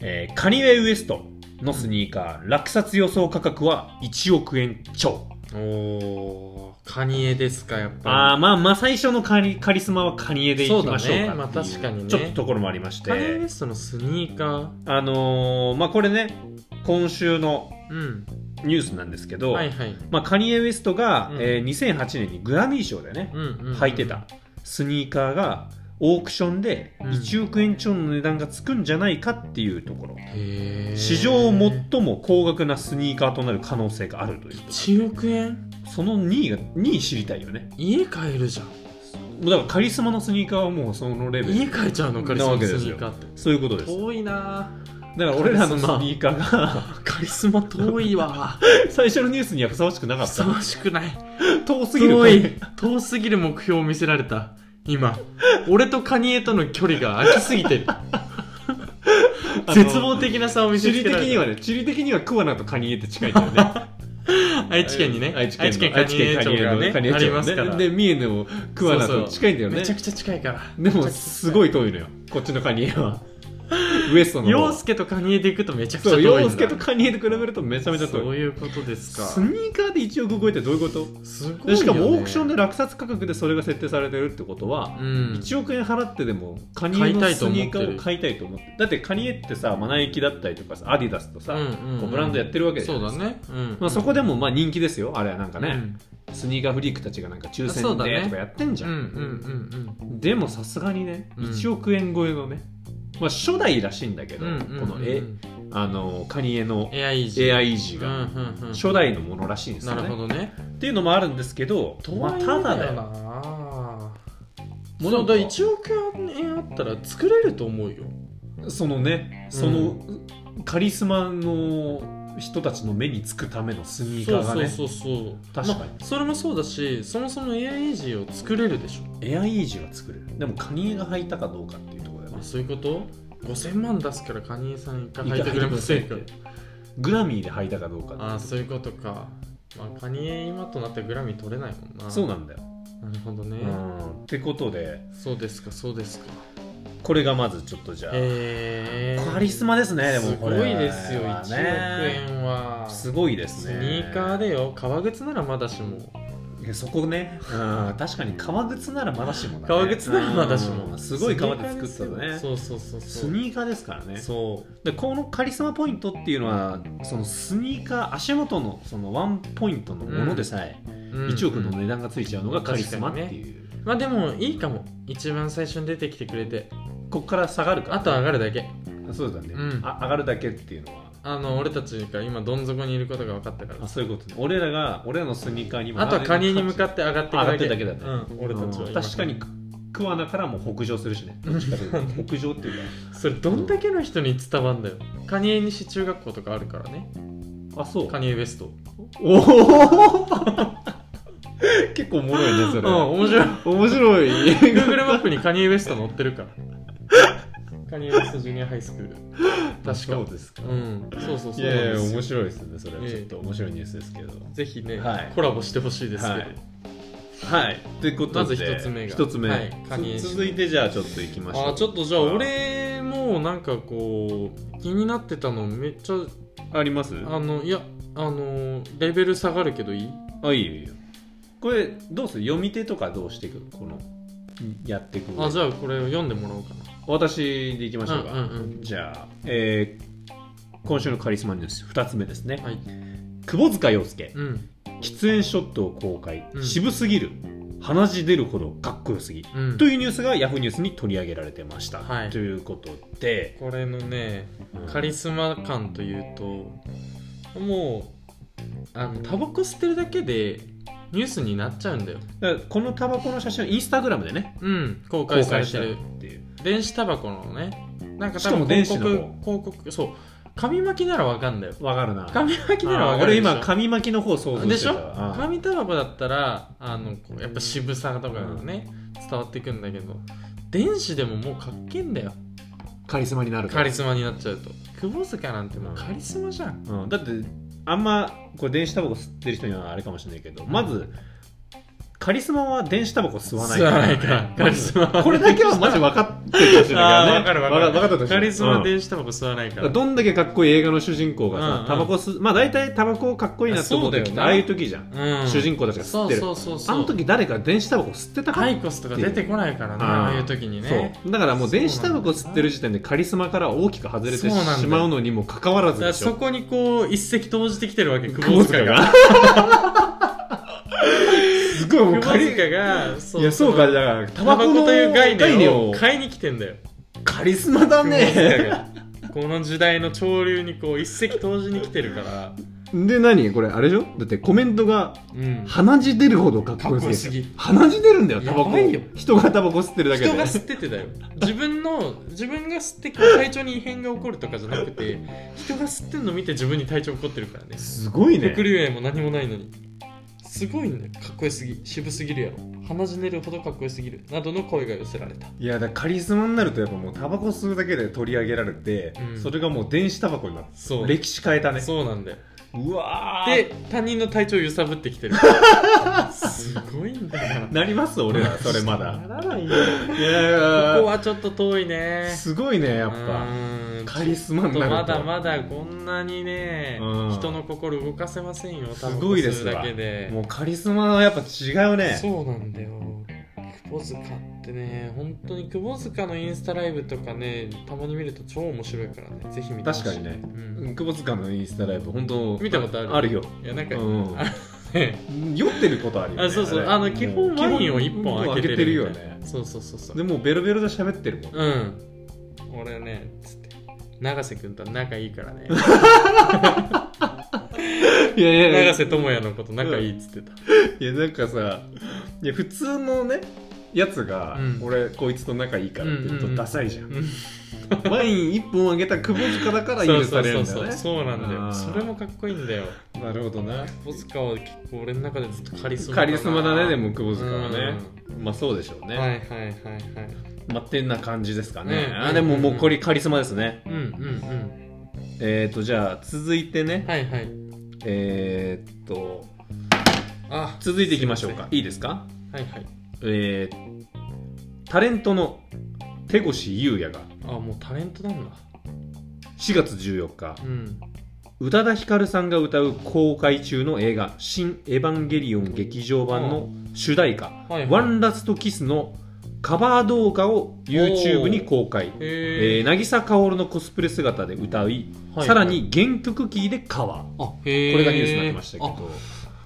Speaker 2: えーカニウェイウエストのスニーカー落札予想価格は1億円超
Speaker 1: おーカニエですかやっ
Speaker 2: あ
Speaker 1: ぱ
Speaker 2: ーまあまあ最初のカリカリスマはカニエでいきましょうかってい
Speaker 1: そうだねまあ確かにね
Speaker 2: ちょっとところもありまし
Speaker 1: りカニエウ
Speaker 2: て
Speaker 1: エストのスニーカー
Speaker 2: あのーまあこれね今週の
Speaker 1: うん
Speaker 2: ニュースなんですけど、
Speaker 1: はいはい
Speaker 2: まあ、カニエ・ウエストが、
Speaker 1: うん
Speaker 2: えー2008年にグラミー賞でね、
Speaker 1: うんうんうん
Speaker 2: 履いてたスニーカーがオークションで
Speaker 1: うん
Speaker 2: 1億円超の値段がつくんじゃないかっていうところ、
Speaker 1: へえ
Speaker 2: 史上最も高額なスニーカーとなる可能性があるという
Speaker 1: 1億円
Speaker 2: その2位が2位知りたいよね
Speaker 1: 家買えるじゃん
Speaker 2: だからカリスマのスニーカーはもうそのレベ
Speaker 1: 家
Speaker 2: ル
Speaker 1: 買えちゃうのカリスマのスニーカーって
Speaker 2: そういうことです
Speaker 1: 遠いな
Speaker 2: だから俺ら
Speaker 1: カ
Speaker 2: の
Speaker 1: リ
Speaker 2: ス
Speaker 1: スマ
Speaker 2: ニーカーが
Speaker 1: ぁカリスマ遠いわ
Speaker 2: [LAUGHS] 最初のニュースにはふさわしくな
Speaker 1: ふ
Speaker 2: かっ
Speaker 1: さ
Speaker 2: た
Speaker 1: わしくない
Speaker 2: 遠すぎる
Speaker 1: 遠い遠すぎる目標を見せられた今俺とカニエとの距離が空きすぎ
Speaker 2: [LAUGHS]
Speaker 1: てる
Speaker 2: の
Speaker 1: 絶望的な差を見せ
Speaker 2: 地
Speaker 1: つ
Speaker 2: 理
Speaker 1: け
Speaker 2: 的
Speaker 1: ら
Speaker 2: には
Speaker 1: れ
Speaker 2: ね地理的には桑名とカニエって近いんだよね
Speaker 1: た愛知県にね
Speaker 2: 愛知県の
Speaker 1: カニエ
Speaker 2: 愛知
Speaker 1: 町
Speaker 2: 県
Speaker 1: がね
Speaker 2: カニエ
Speaker 1: あ
Speaker 2: 町
Speaker 1: りますから
Speaker 2: で三重でも桑名と近いんだよね
Speaker 1: めちゃくちゃ近いから
Speaker 2: でもすごい遠いのよこっちのカニエは [LAUGHS] ウエストの
Speaker 1: 陽
Speaker 2: 方
Speaker 1: 介とカニエで行くとめちゃくちゃ
Speaker 2: そう
Speaker 1: 遠いんだ
Speaker 2: 洋介とカニエと比べるとめちゃめちゃ
Speaker 1: そ
Speaker 2: 遠
Speaker 1: う
Speaker 2: い
Speaker 1: いうことですか
Speaker 2: スニーカーで1億超えってどういうこと
Speaker 1: すごいよね、
Speaker 2: でしかもオークションで落札価格でそれが設定されてるってことは、
Speaker 1: うん
Speaker 2: 1億円払ってでもカニエ
Speaker 1: 買い
Speaker 2: の
Speaker 1: たい
Speaker 2: ス
Speaker 1: と思って
Speaker 2: ニー
Speaker 1: る
Speaker 2: カーを買いたいと思ってだってカニエってさマナイキだったりとかさアディダスとさ、
Speaker 1: うんうん
Speaker 2: こうブランドやってるわけじゃ
Speaker 1: そ
Speaker 2: な
Speaker 1: うだ
Speaker 2: いですか
Speaker 1: ね、うん
Speaker 2: まあ、そこでもまあ人気ですよあれはなんか
Speaker 1: う
Speaker 2: ね、
Speaker 1: ん
Speaker 2: スニーカーフリークたちがなんか抽選
Speaker 1: あそうだ
Speaker 2: で
Speaker 1: ね
Speaker 2: とかやってんじゃ
Speaker 1: うん
Speaker 2: ん、
Speaker 1: うんうん
Speaker 2: でもさすがにね
Speaker 1: うん
Speaker 2: 1億円超えのね、まあ、初代らしいんだけ
Speaker 1: う
Speaker 2: ど、
Speaker 1: ん
Speaker 2: このえあのカニエの
Speaker 1: エアイージー
Speaker 2: AI 維持が
Speaker 1: うんうんうん
Speaker 2: 初代のものらしいんですよ
Speaker 1: な
Speaker 2: ね、
Speaker 1: るほどね
Speaker 2: っていうのもあるんですけどまあ、ただだよ
Speaker 1: な
Speaker 2: も
Speaker 1: も
Speaker 2: う
Speaker 1: う
Speaker 2: なんか
Speaker 1: だ1億円あったら作れると思うよ
Speaker 2: そのねその、カリスマの人たちの目につくためのスニーカ
Speaker 1: そう
Speaker 2: ーが
Speaker 1: そう
Speaker 2: ね
Speaker 1: そうそう
Speaker 2: 確かに
Speaker 1: まあそれもそうだしそもそもエアイージーを作れるでしょ
Speaker 2: エアイージーが作れるでもカニエが履いたかどうかっていうところだよ
Speaker 1: あ
Speaker 2: ね
Speaker 1: そういうこと5000万出すからカニエさん一回入ってくれませんか
Speaker 2: グラミーで履いたかどうかっていう
Speaker 1: ああそういうことか、まあ、カニエ今となってグラミー取れないもんな
Speaker 2: そうなんだよ、
Speaker 1: なるほどね、
Speaker 2: うんってことで
Speaker 1: そうですかそうですか
Speaker 2: これがまずちょっとじゃあ、
Speaker 1: へえ
Speaker 2: カリスマですねでも
Speaker 1: す
Speaker 2: こ
Speaker 1: ご
Speaker 2: れ
Speaker 1: いですよ1
Speaker 2: は
Speaker 1: 億
Speaker 2: ね
Speaker 1: 円は
Speaker 2: すごいです
Speaker 1: ス
Speaker 2: ね
Speaker 1: ニーカーでよ革靴ならまだしも
Speaker 2: いやそこね、うん、確かに革靴ならまだしもだね
Speaker 1: 革靴ならまだしも、
Speaker 2: うんすごい革で作ったのね
Speaker 1: そうそうそうそう
Speaker 2: スニーカーですからね
Speaker 1: そう
Speaker 2: でこのカリスマポイントっていうのはそのスニーカー足元のそのワンポイントのものでさえ、
Speaker 1: うん
Speaker 2: 1億の値段がついちゃうのがカリスマっていう、
Speaker 1: まあでもいいかも一番最初に出てきてくれて
Speaker 2: こっから下がるから、
Speaker 1: あと上がるだけ
Speaker 2: そうだね、
Speaker 1: うん
Speaker 2: あ上がるだけっていうのは
Speaker 1: あの俺たちが今どん底にいることが分かったから
Speaker 2: あそういうことね俺らが俺らのスニーカーにも
Speaker 1: あとはカニに向か
Speaker 2: っ
Speaker 1: って上がっていく
Speaker 2: 上が
Speaker 1: だ
Speaker 2: って
Speaker 1: け
Speaker 2: るだけだね、
Speaker 1: うん、俺たちは
Speaker 2: うん
Speaker 1: 今
Speaker 2: 確かに桑名からも北上するしね北上っていう
Speaker 1: それどんだけの人に伝わんだよカニエ西中学校とかあるからね
Speaker 2: かあそう
Speaker 1: カニエウエスト
Speaker 2: おお [LAUGHS] 結構おもろいねそ
Speaker 1: うん
Speaker 2: れ、
Speaker 1: 面白い
Speaker 2: 面白い [LAUGHS]
Speaker 1: Google マップにカニエウエスト載ってるからカニエウエストジュニアハイスクール確
Speaker 2: そう
Speaker 1: か
Speaker 2: ですか、
Speaker 1: うんそうそうそう
Speaker 2: いやいや面
Speaker 1: い
Speaker 2: 白いですねそれは
Speaker 1: ええ
Speaker 2: ちょっと面白いニュースですけど
Speaker 1: ぜひね、
Speaker 2: はい
Speaker 1: コラボしてほしいですけど、
Speaker 2: はいはいということで
Speaker 1: まず一つ目が
Speaker 2: 一つ目、
Speaker 1: はいカニエ
Speaker 2: つ続いてじゃあちょっといきましょう
Speaker 1: あーちょっとじゃあ俺もなんかこう気になってたのめっちゃ
Speaker 2: あります
Speaker 1: あのいやあのレベル下がるけどいい
Speaker 2: あいいよいいよこれどうする読み手とかどうしていくのこのやっていく
Speaker 1: あじ
Speaker 2: ゃ
Speaker 1: ゃあこれを読んでもらおうかな
Speaker 2: 私でいきましょうか、
Speaker 1: うんうんう
Speaker 2: じゃあ、えー今週のカリスマニュース2つ目ですね、
Speaker 1: はい
Speaker 2: 窪塚洋介
Speaker 1: うん
Speaker 2: 喫煙ショットを公開、
Speaker 1: うん
Speaker 2: 渋すぎる鼻血出るほどかっこよすぎ、
Speaker 1: うん
Speaker 2: というニュースがヤフーニュースに取り上げられてました、
Speaker 1: はい
Speaker 2: ということで、
Speaker 1: これのねカリスマ感というともうあのタバコ吸ってるだけでニュースになっちゃうんだよ
Speaker 2: だからこのタバコの写真をインスタグラムでね
Speaker 1: うん公
Speaker 2: 公
Speaker 1: 開さ
Speaker 2: 開
Speaker 1: れ
Speaker 2: してた
Speaker 1: る
Speaker 2: っていう
Speaker 1: 電子タバコのねなんか
Speaker 2: し
Speaker 1: 多
Speaker 2: かも
Speaker 1: 分
Speaker 2: 電
Speaker 1: 広
Speaker 2: 子
Speaker 1: 告
Speaker 2: の
Speaker 1: 広告そう紙巻きならわかんだよ
Speaker 2: わかるな
Speaker 1: 紙巻きならわ
Speaker 2: あー
Speaker 1: かる
Speaker 2: 俺
Speaker 1: でしょ
Speaker 2: 今紙巻きの方想像してた
Speaker 1: でしょ
Speaker 2: わあー
Speaker 1: 紙タバコだったらあのこうやっぱ渋さとかがね、伝わってくんだけど電子でももうかっけえんだよ
Speaker 2: カリスマになると
Speaker 1: カリスマになっちゃうと窪塚なんてもうカリスマじゃん
Speaker 2: うん、だってあんまこう電子タバコ吸ってる人にはあれかもしれないけどまずカリスマは電子タバコ吸わない
Speaker 1: 吸わないから
Speaker 2: カ
Speaker 1: カ
Speaker 2: リ
Speaker 1: リ
Speaker 2: ス
Speaker 1: ス
Speaker 2: マ
Speaker 1: マ
Speaker 2: これだけはマジ分かってるかもしれないから
Speaker 1: [LAUGHS] あ
Speaker 2: ね
Speaker 1: ーわかるわかる
Speaker 2: 分かったとしても
Speaker 1: カリスマ
Speaker 2: うん
Speaker 1: 電子タバコ吸わないから、
Speaker 2: どんだけかっこいい映画の主人公
Speaker 1: う
Speaker 2: が
Speaker 1: ん
Speaker 2: さ
Speaker 1: うん
Speaker 2: タバコ吸うまあ大体タバコをかっこいいなと思って
Speaker 1: そうだよね
Speaker 2: ああいう時じゃん
Speaker 1: うん
Speaker 2: 主人公たちが吸ってる
Speaker 1: そうそうそうそう
Speaker 2: あの時誰か電子タバコ吸ってたか
Speaker 1: ア
Speaker 2: ら
Speaker 1: イコスとか出てこないからね
Speaker 2: うん
Speaker 1: ああいう時にね
Speaker 2: そうだからもう電子タバコ吸ってる時点でカリスマから大きく外れてしまうのにもかかわら
Speaker 1: だ
Speaker 2: ず
Speaker 1: か
Speaker 2: で
Speaker 1: ら
Speaker 2: しょ
Speaker 1: そこにこう一石投じてきてるわけ
Speaker 2: 久
Speaker 1: 窪
Speaker 2: 保塚
Speaker 1: 塚が
Speaker 2: が [LAUGHS] すごいもう
Speaker 1: 窪
Speaker 2: カリ
Speaker 1: 塚がそ
Speaker 2: いやそうかじゃあタ
Speaker 1: タ
Speaker 2: バ
Speaker 1: バ
Speaker 2: コ
Speaker 1: コ
Speaker 2: の
Speaker 1: という概
Speaker 2: 概念
Speaker 1: 念
Speaker 2: を
Speaker 1: を買いに来てんだよ
Speaker 2: カリスマだ
Speaker 1: 窪
Speaker 2: ね
Speaker 1: 塚が [LAUGHS] この時代の潮流にこう一石投じに来てるから
Speaker 2: で何これあれでしょだってコメントが
Speaker 1: うん
Speaker 2: 鼻血出るほどかっこよ
Speaker 1: かっこよす
Speaker 2: す
Speaker 1: ぎ
Speaker 2: ぎる鼻血出るんだよタバ
Speaker 1: や
Speaker 2: コ
Speaker 1: ばいよ
Speaker 2: 人がタバコ吸ってるだけで
Speaker 1: 人が吸っててだよ自分の自分が吸ってこう体調に異変が起こるとかじゃなくて人が吸ってんの見て自分に体調起こってるからね
Speaker 2: すごいね
Speaker 1: 副流炎も何もないのにすごいんだよかっこよすぎ渋すぎるやろ鼻血出るほどかっこよすぎるなどの声が寄せられた
Speaker 2: いやだからカリスマになるとやっぱもうタバコ吸うだけで取り上げられて、
Speaker 1: うん
Speaker 2: それがもう電子タバコになる
Speaker 1: そう
Speaker 2: 歴史変えたね
Speaker 1: そうなんだよ
Speaker 2: うわー
Speaker 1: で他人の体調を揺さぶってきてるすごいんだよ
Speaker 2: なります
Speaker 1: [LAUGHS]
Speaker 2: 俺らそれまだ
Speaker 1: ならないよ
Speaker 2: いやいやい
Speaker 1: こ
Speaker 2: や
Speaker 1: こはちょっと遠いね
Speaker 2: すごいねやっ
Speaker 1: う
Speaker 2: ぱ
Speaker 1: ーん
Speaker 2: カリスマ
Speaker 1: ちょっと
Speaker 2: に [LAUGHS] なると
Speaker 1: まだまだこんなにね
Speaker 2: うん
Speaker 1: 人の心動かせませんよタバ
Speaker 2: す
Speaker 1: コ
Speaker 2: ごいです
Speaker 1: 吸う
Speaker 2: わ
Speaker 1: だけで
Speaker 2: もうカリスマはやっぱ違うね
Speaker 1: そうなんだよ窪塚ってね本当に窪塚のインスタライブとかねたまに見ると超面白いからねぜひ見てほしい
Speaker 2: 確かにね
Speaker 1: うん
Speaker 2: 久保塚のインスタライブ本当
Speaker 1: 見たことある
Speaker 2: あるよ、
Speaker 1: いやなんか、
Speaker 2: うん
Speaker 1: あね
Speaker 2: 酔ってることあるよ
Speaker 1: [LAUGHS]
Speaker 2: ね
Speaker 1: あそうそう
Speaker 2: れ
Speaker 1: あの基本ワインを
Speaker 2: 基
Speaker 1: 1本開けてるみたいなそうそうそうそう
Speaker 2: でもうベロベロで喋ってるもん
Speaker 1: うん俺ねつって永瀬君とは仲いいから
Speaker 2: [LAUGHS]
Speaker 1: ね
Speaker 2: いやいやいや
Speaker 1: 永瀬智也のこと仲いいっつってた
Speaker 2: いやなんかさいや普通のねやつが、
Speaker 1: うん
Speaker 2: 俺こいつと仲いいからって言う
Speaker 1: うん
Speaker 2: と
Speaker 1: うんうん
Speaker 2: ダサいじゃん,、
Speaker 1: うん
Speaker 2: ワイン1本あげた久保塚だから
Speaker 1: そ
Speaker 2: 許
Speaker 1: うそ
Speaker 2: さ
Speaker 1: う
Speaker 2: れ
Speaker 1: そ
Speaker 2: るん
Speaker 1: う
Speaker 2: だ
Speaker 1: そ
Speaker 2: よ
Speaker 1: う
Speaker 2: ね
Speaker 1: そうなんだ
Speaker 2: あ
Speaker 1: よ
Speaker 2: ー
Speaker 1: それもかっこいいんだよ
Speaker 2: なるほどな
Speaker 1: ボスカは結構俺の中でずっとカリスマ
Speaker 2: カ
Speaker 1: だな
Speaker 2: リスマだねでも久保塚はね、まあそうでしょう
Speaker 1: う
Speaker 2: ね、
Speaker 1: んはいはいはいはい
Speaker 2: まあてんな感じですかね、
Speaker 1: うん
Speaker 2: あでももうこれカリスマですね
Speaker 1: うんうんうん
Speaker 2: えっ、ー、とじゃあ続いてね、
Speaker 1: はいはい
Speaker 2: えー、っと
Speaker 1: あ
Speaker 2: 続いていきましょう
Speaker 1: すい
Speaker 2: か
Speaker 1: ま
Speaker 2: いいですか
Speaker 1: はいはい
Speaker 2: えー、タレントの手越優也が
Speaker 1: あもうタレントなんだ
Speaker 2: 4月14日
Speaker 1: うん
Speaker 2: 宇多田ヒカルさんが歌う公開中の映画「新エヴァンゲリオン劇場版」の主題歌
Speaker 1: はい
Speaker 2: 「
Speaker 1: はい
Speaker 2: ワンラストキスのカバー動画を YouTube に公開
Speaker 1: へ
Speaker 2: えー渚カオルのコスプレ姿で歌い、
Speaker 1: え
Speaker 2: さらに原曲キーでカバー
Speaker 1: あへえ
Speaker 2: これがニュースになってましたけど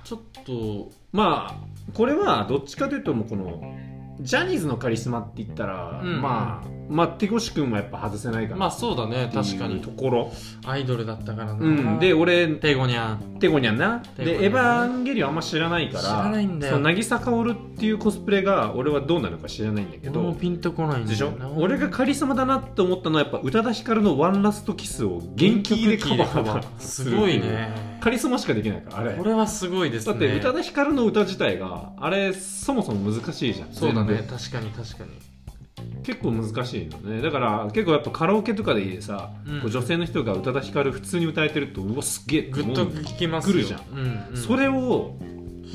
Speaker 1: ちょっと
Speaker 2: まあこれはどっちかというともうこのジャニーズのカリスマって言ったら、
Speaker 1: うん
Speaker 2: まあまあ手越君はやっぱ外せないか
Speaker 1: ま
Speaker 2: な
Speaker 1: あそうだね
Speaker 2: って
Speaker 1: 確か
Speaker 2: いう
Speaker 1: に
Speaker 2: ところ、
Speaker 1: アイドルだったからな、
Speaker 2: うん、で俺
Speaker 1: テゴニャン
Speaker 2: テゴニャンな
Speaker 1: テゴニャン
Speaker 2: でエヴァンゲリオンあんま知らないから
Speaker 1: 知らないんだよ
Speaker 2: その渚カオルっていうコスプレが俺はどうなるか知らないんだけ
Speaker 1: 俺も
Speaker 2: ど
Speaker 1: ピンとこないんだ
Speaker 2: でしょ
Speaker 1: よな
Speaker 2: 俺がカリスマだなって思ったのはやっぱ宇多田ヒカルの「ワンラストキスを元気でカバー
Speaker 1: [LAUGHS] すごいね
Speaker 2: カリスマしかできないからあれ
Speaker 1: これはすごいです
Speaker 2: だ
Speaker 1: ね
Speaker 2: って宇多田ヒカルの歌自体があれそもそも難しいじゃん
Speaker 1: そうだね
Speaker 2: 全
Speaker 1: 確かに確かに
Speaker 2: 部結構難しいのねだから結構やっぱカラオケとかでさ、
Speaker 1: うん
Speaker 2: こう女性の人が宇多田ヒカル普通に歌えてるとうわすげえって
Speaker 1: グ
Speaker 2: 思
Speaker 1: ッ
Speaker 2: う
Speaker 1: と聞きますよ
Speaker 2: 来るじゃん
Speaker 1: うんうん
Speaker 2: それを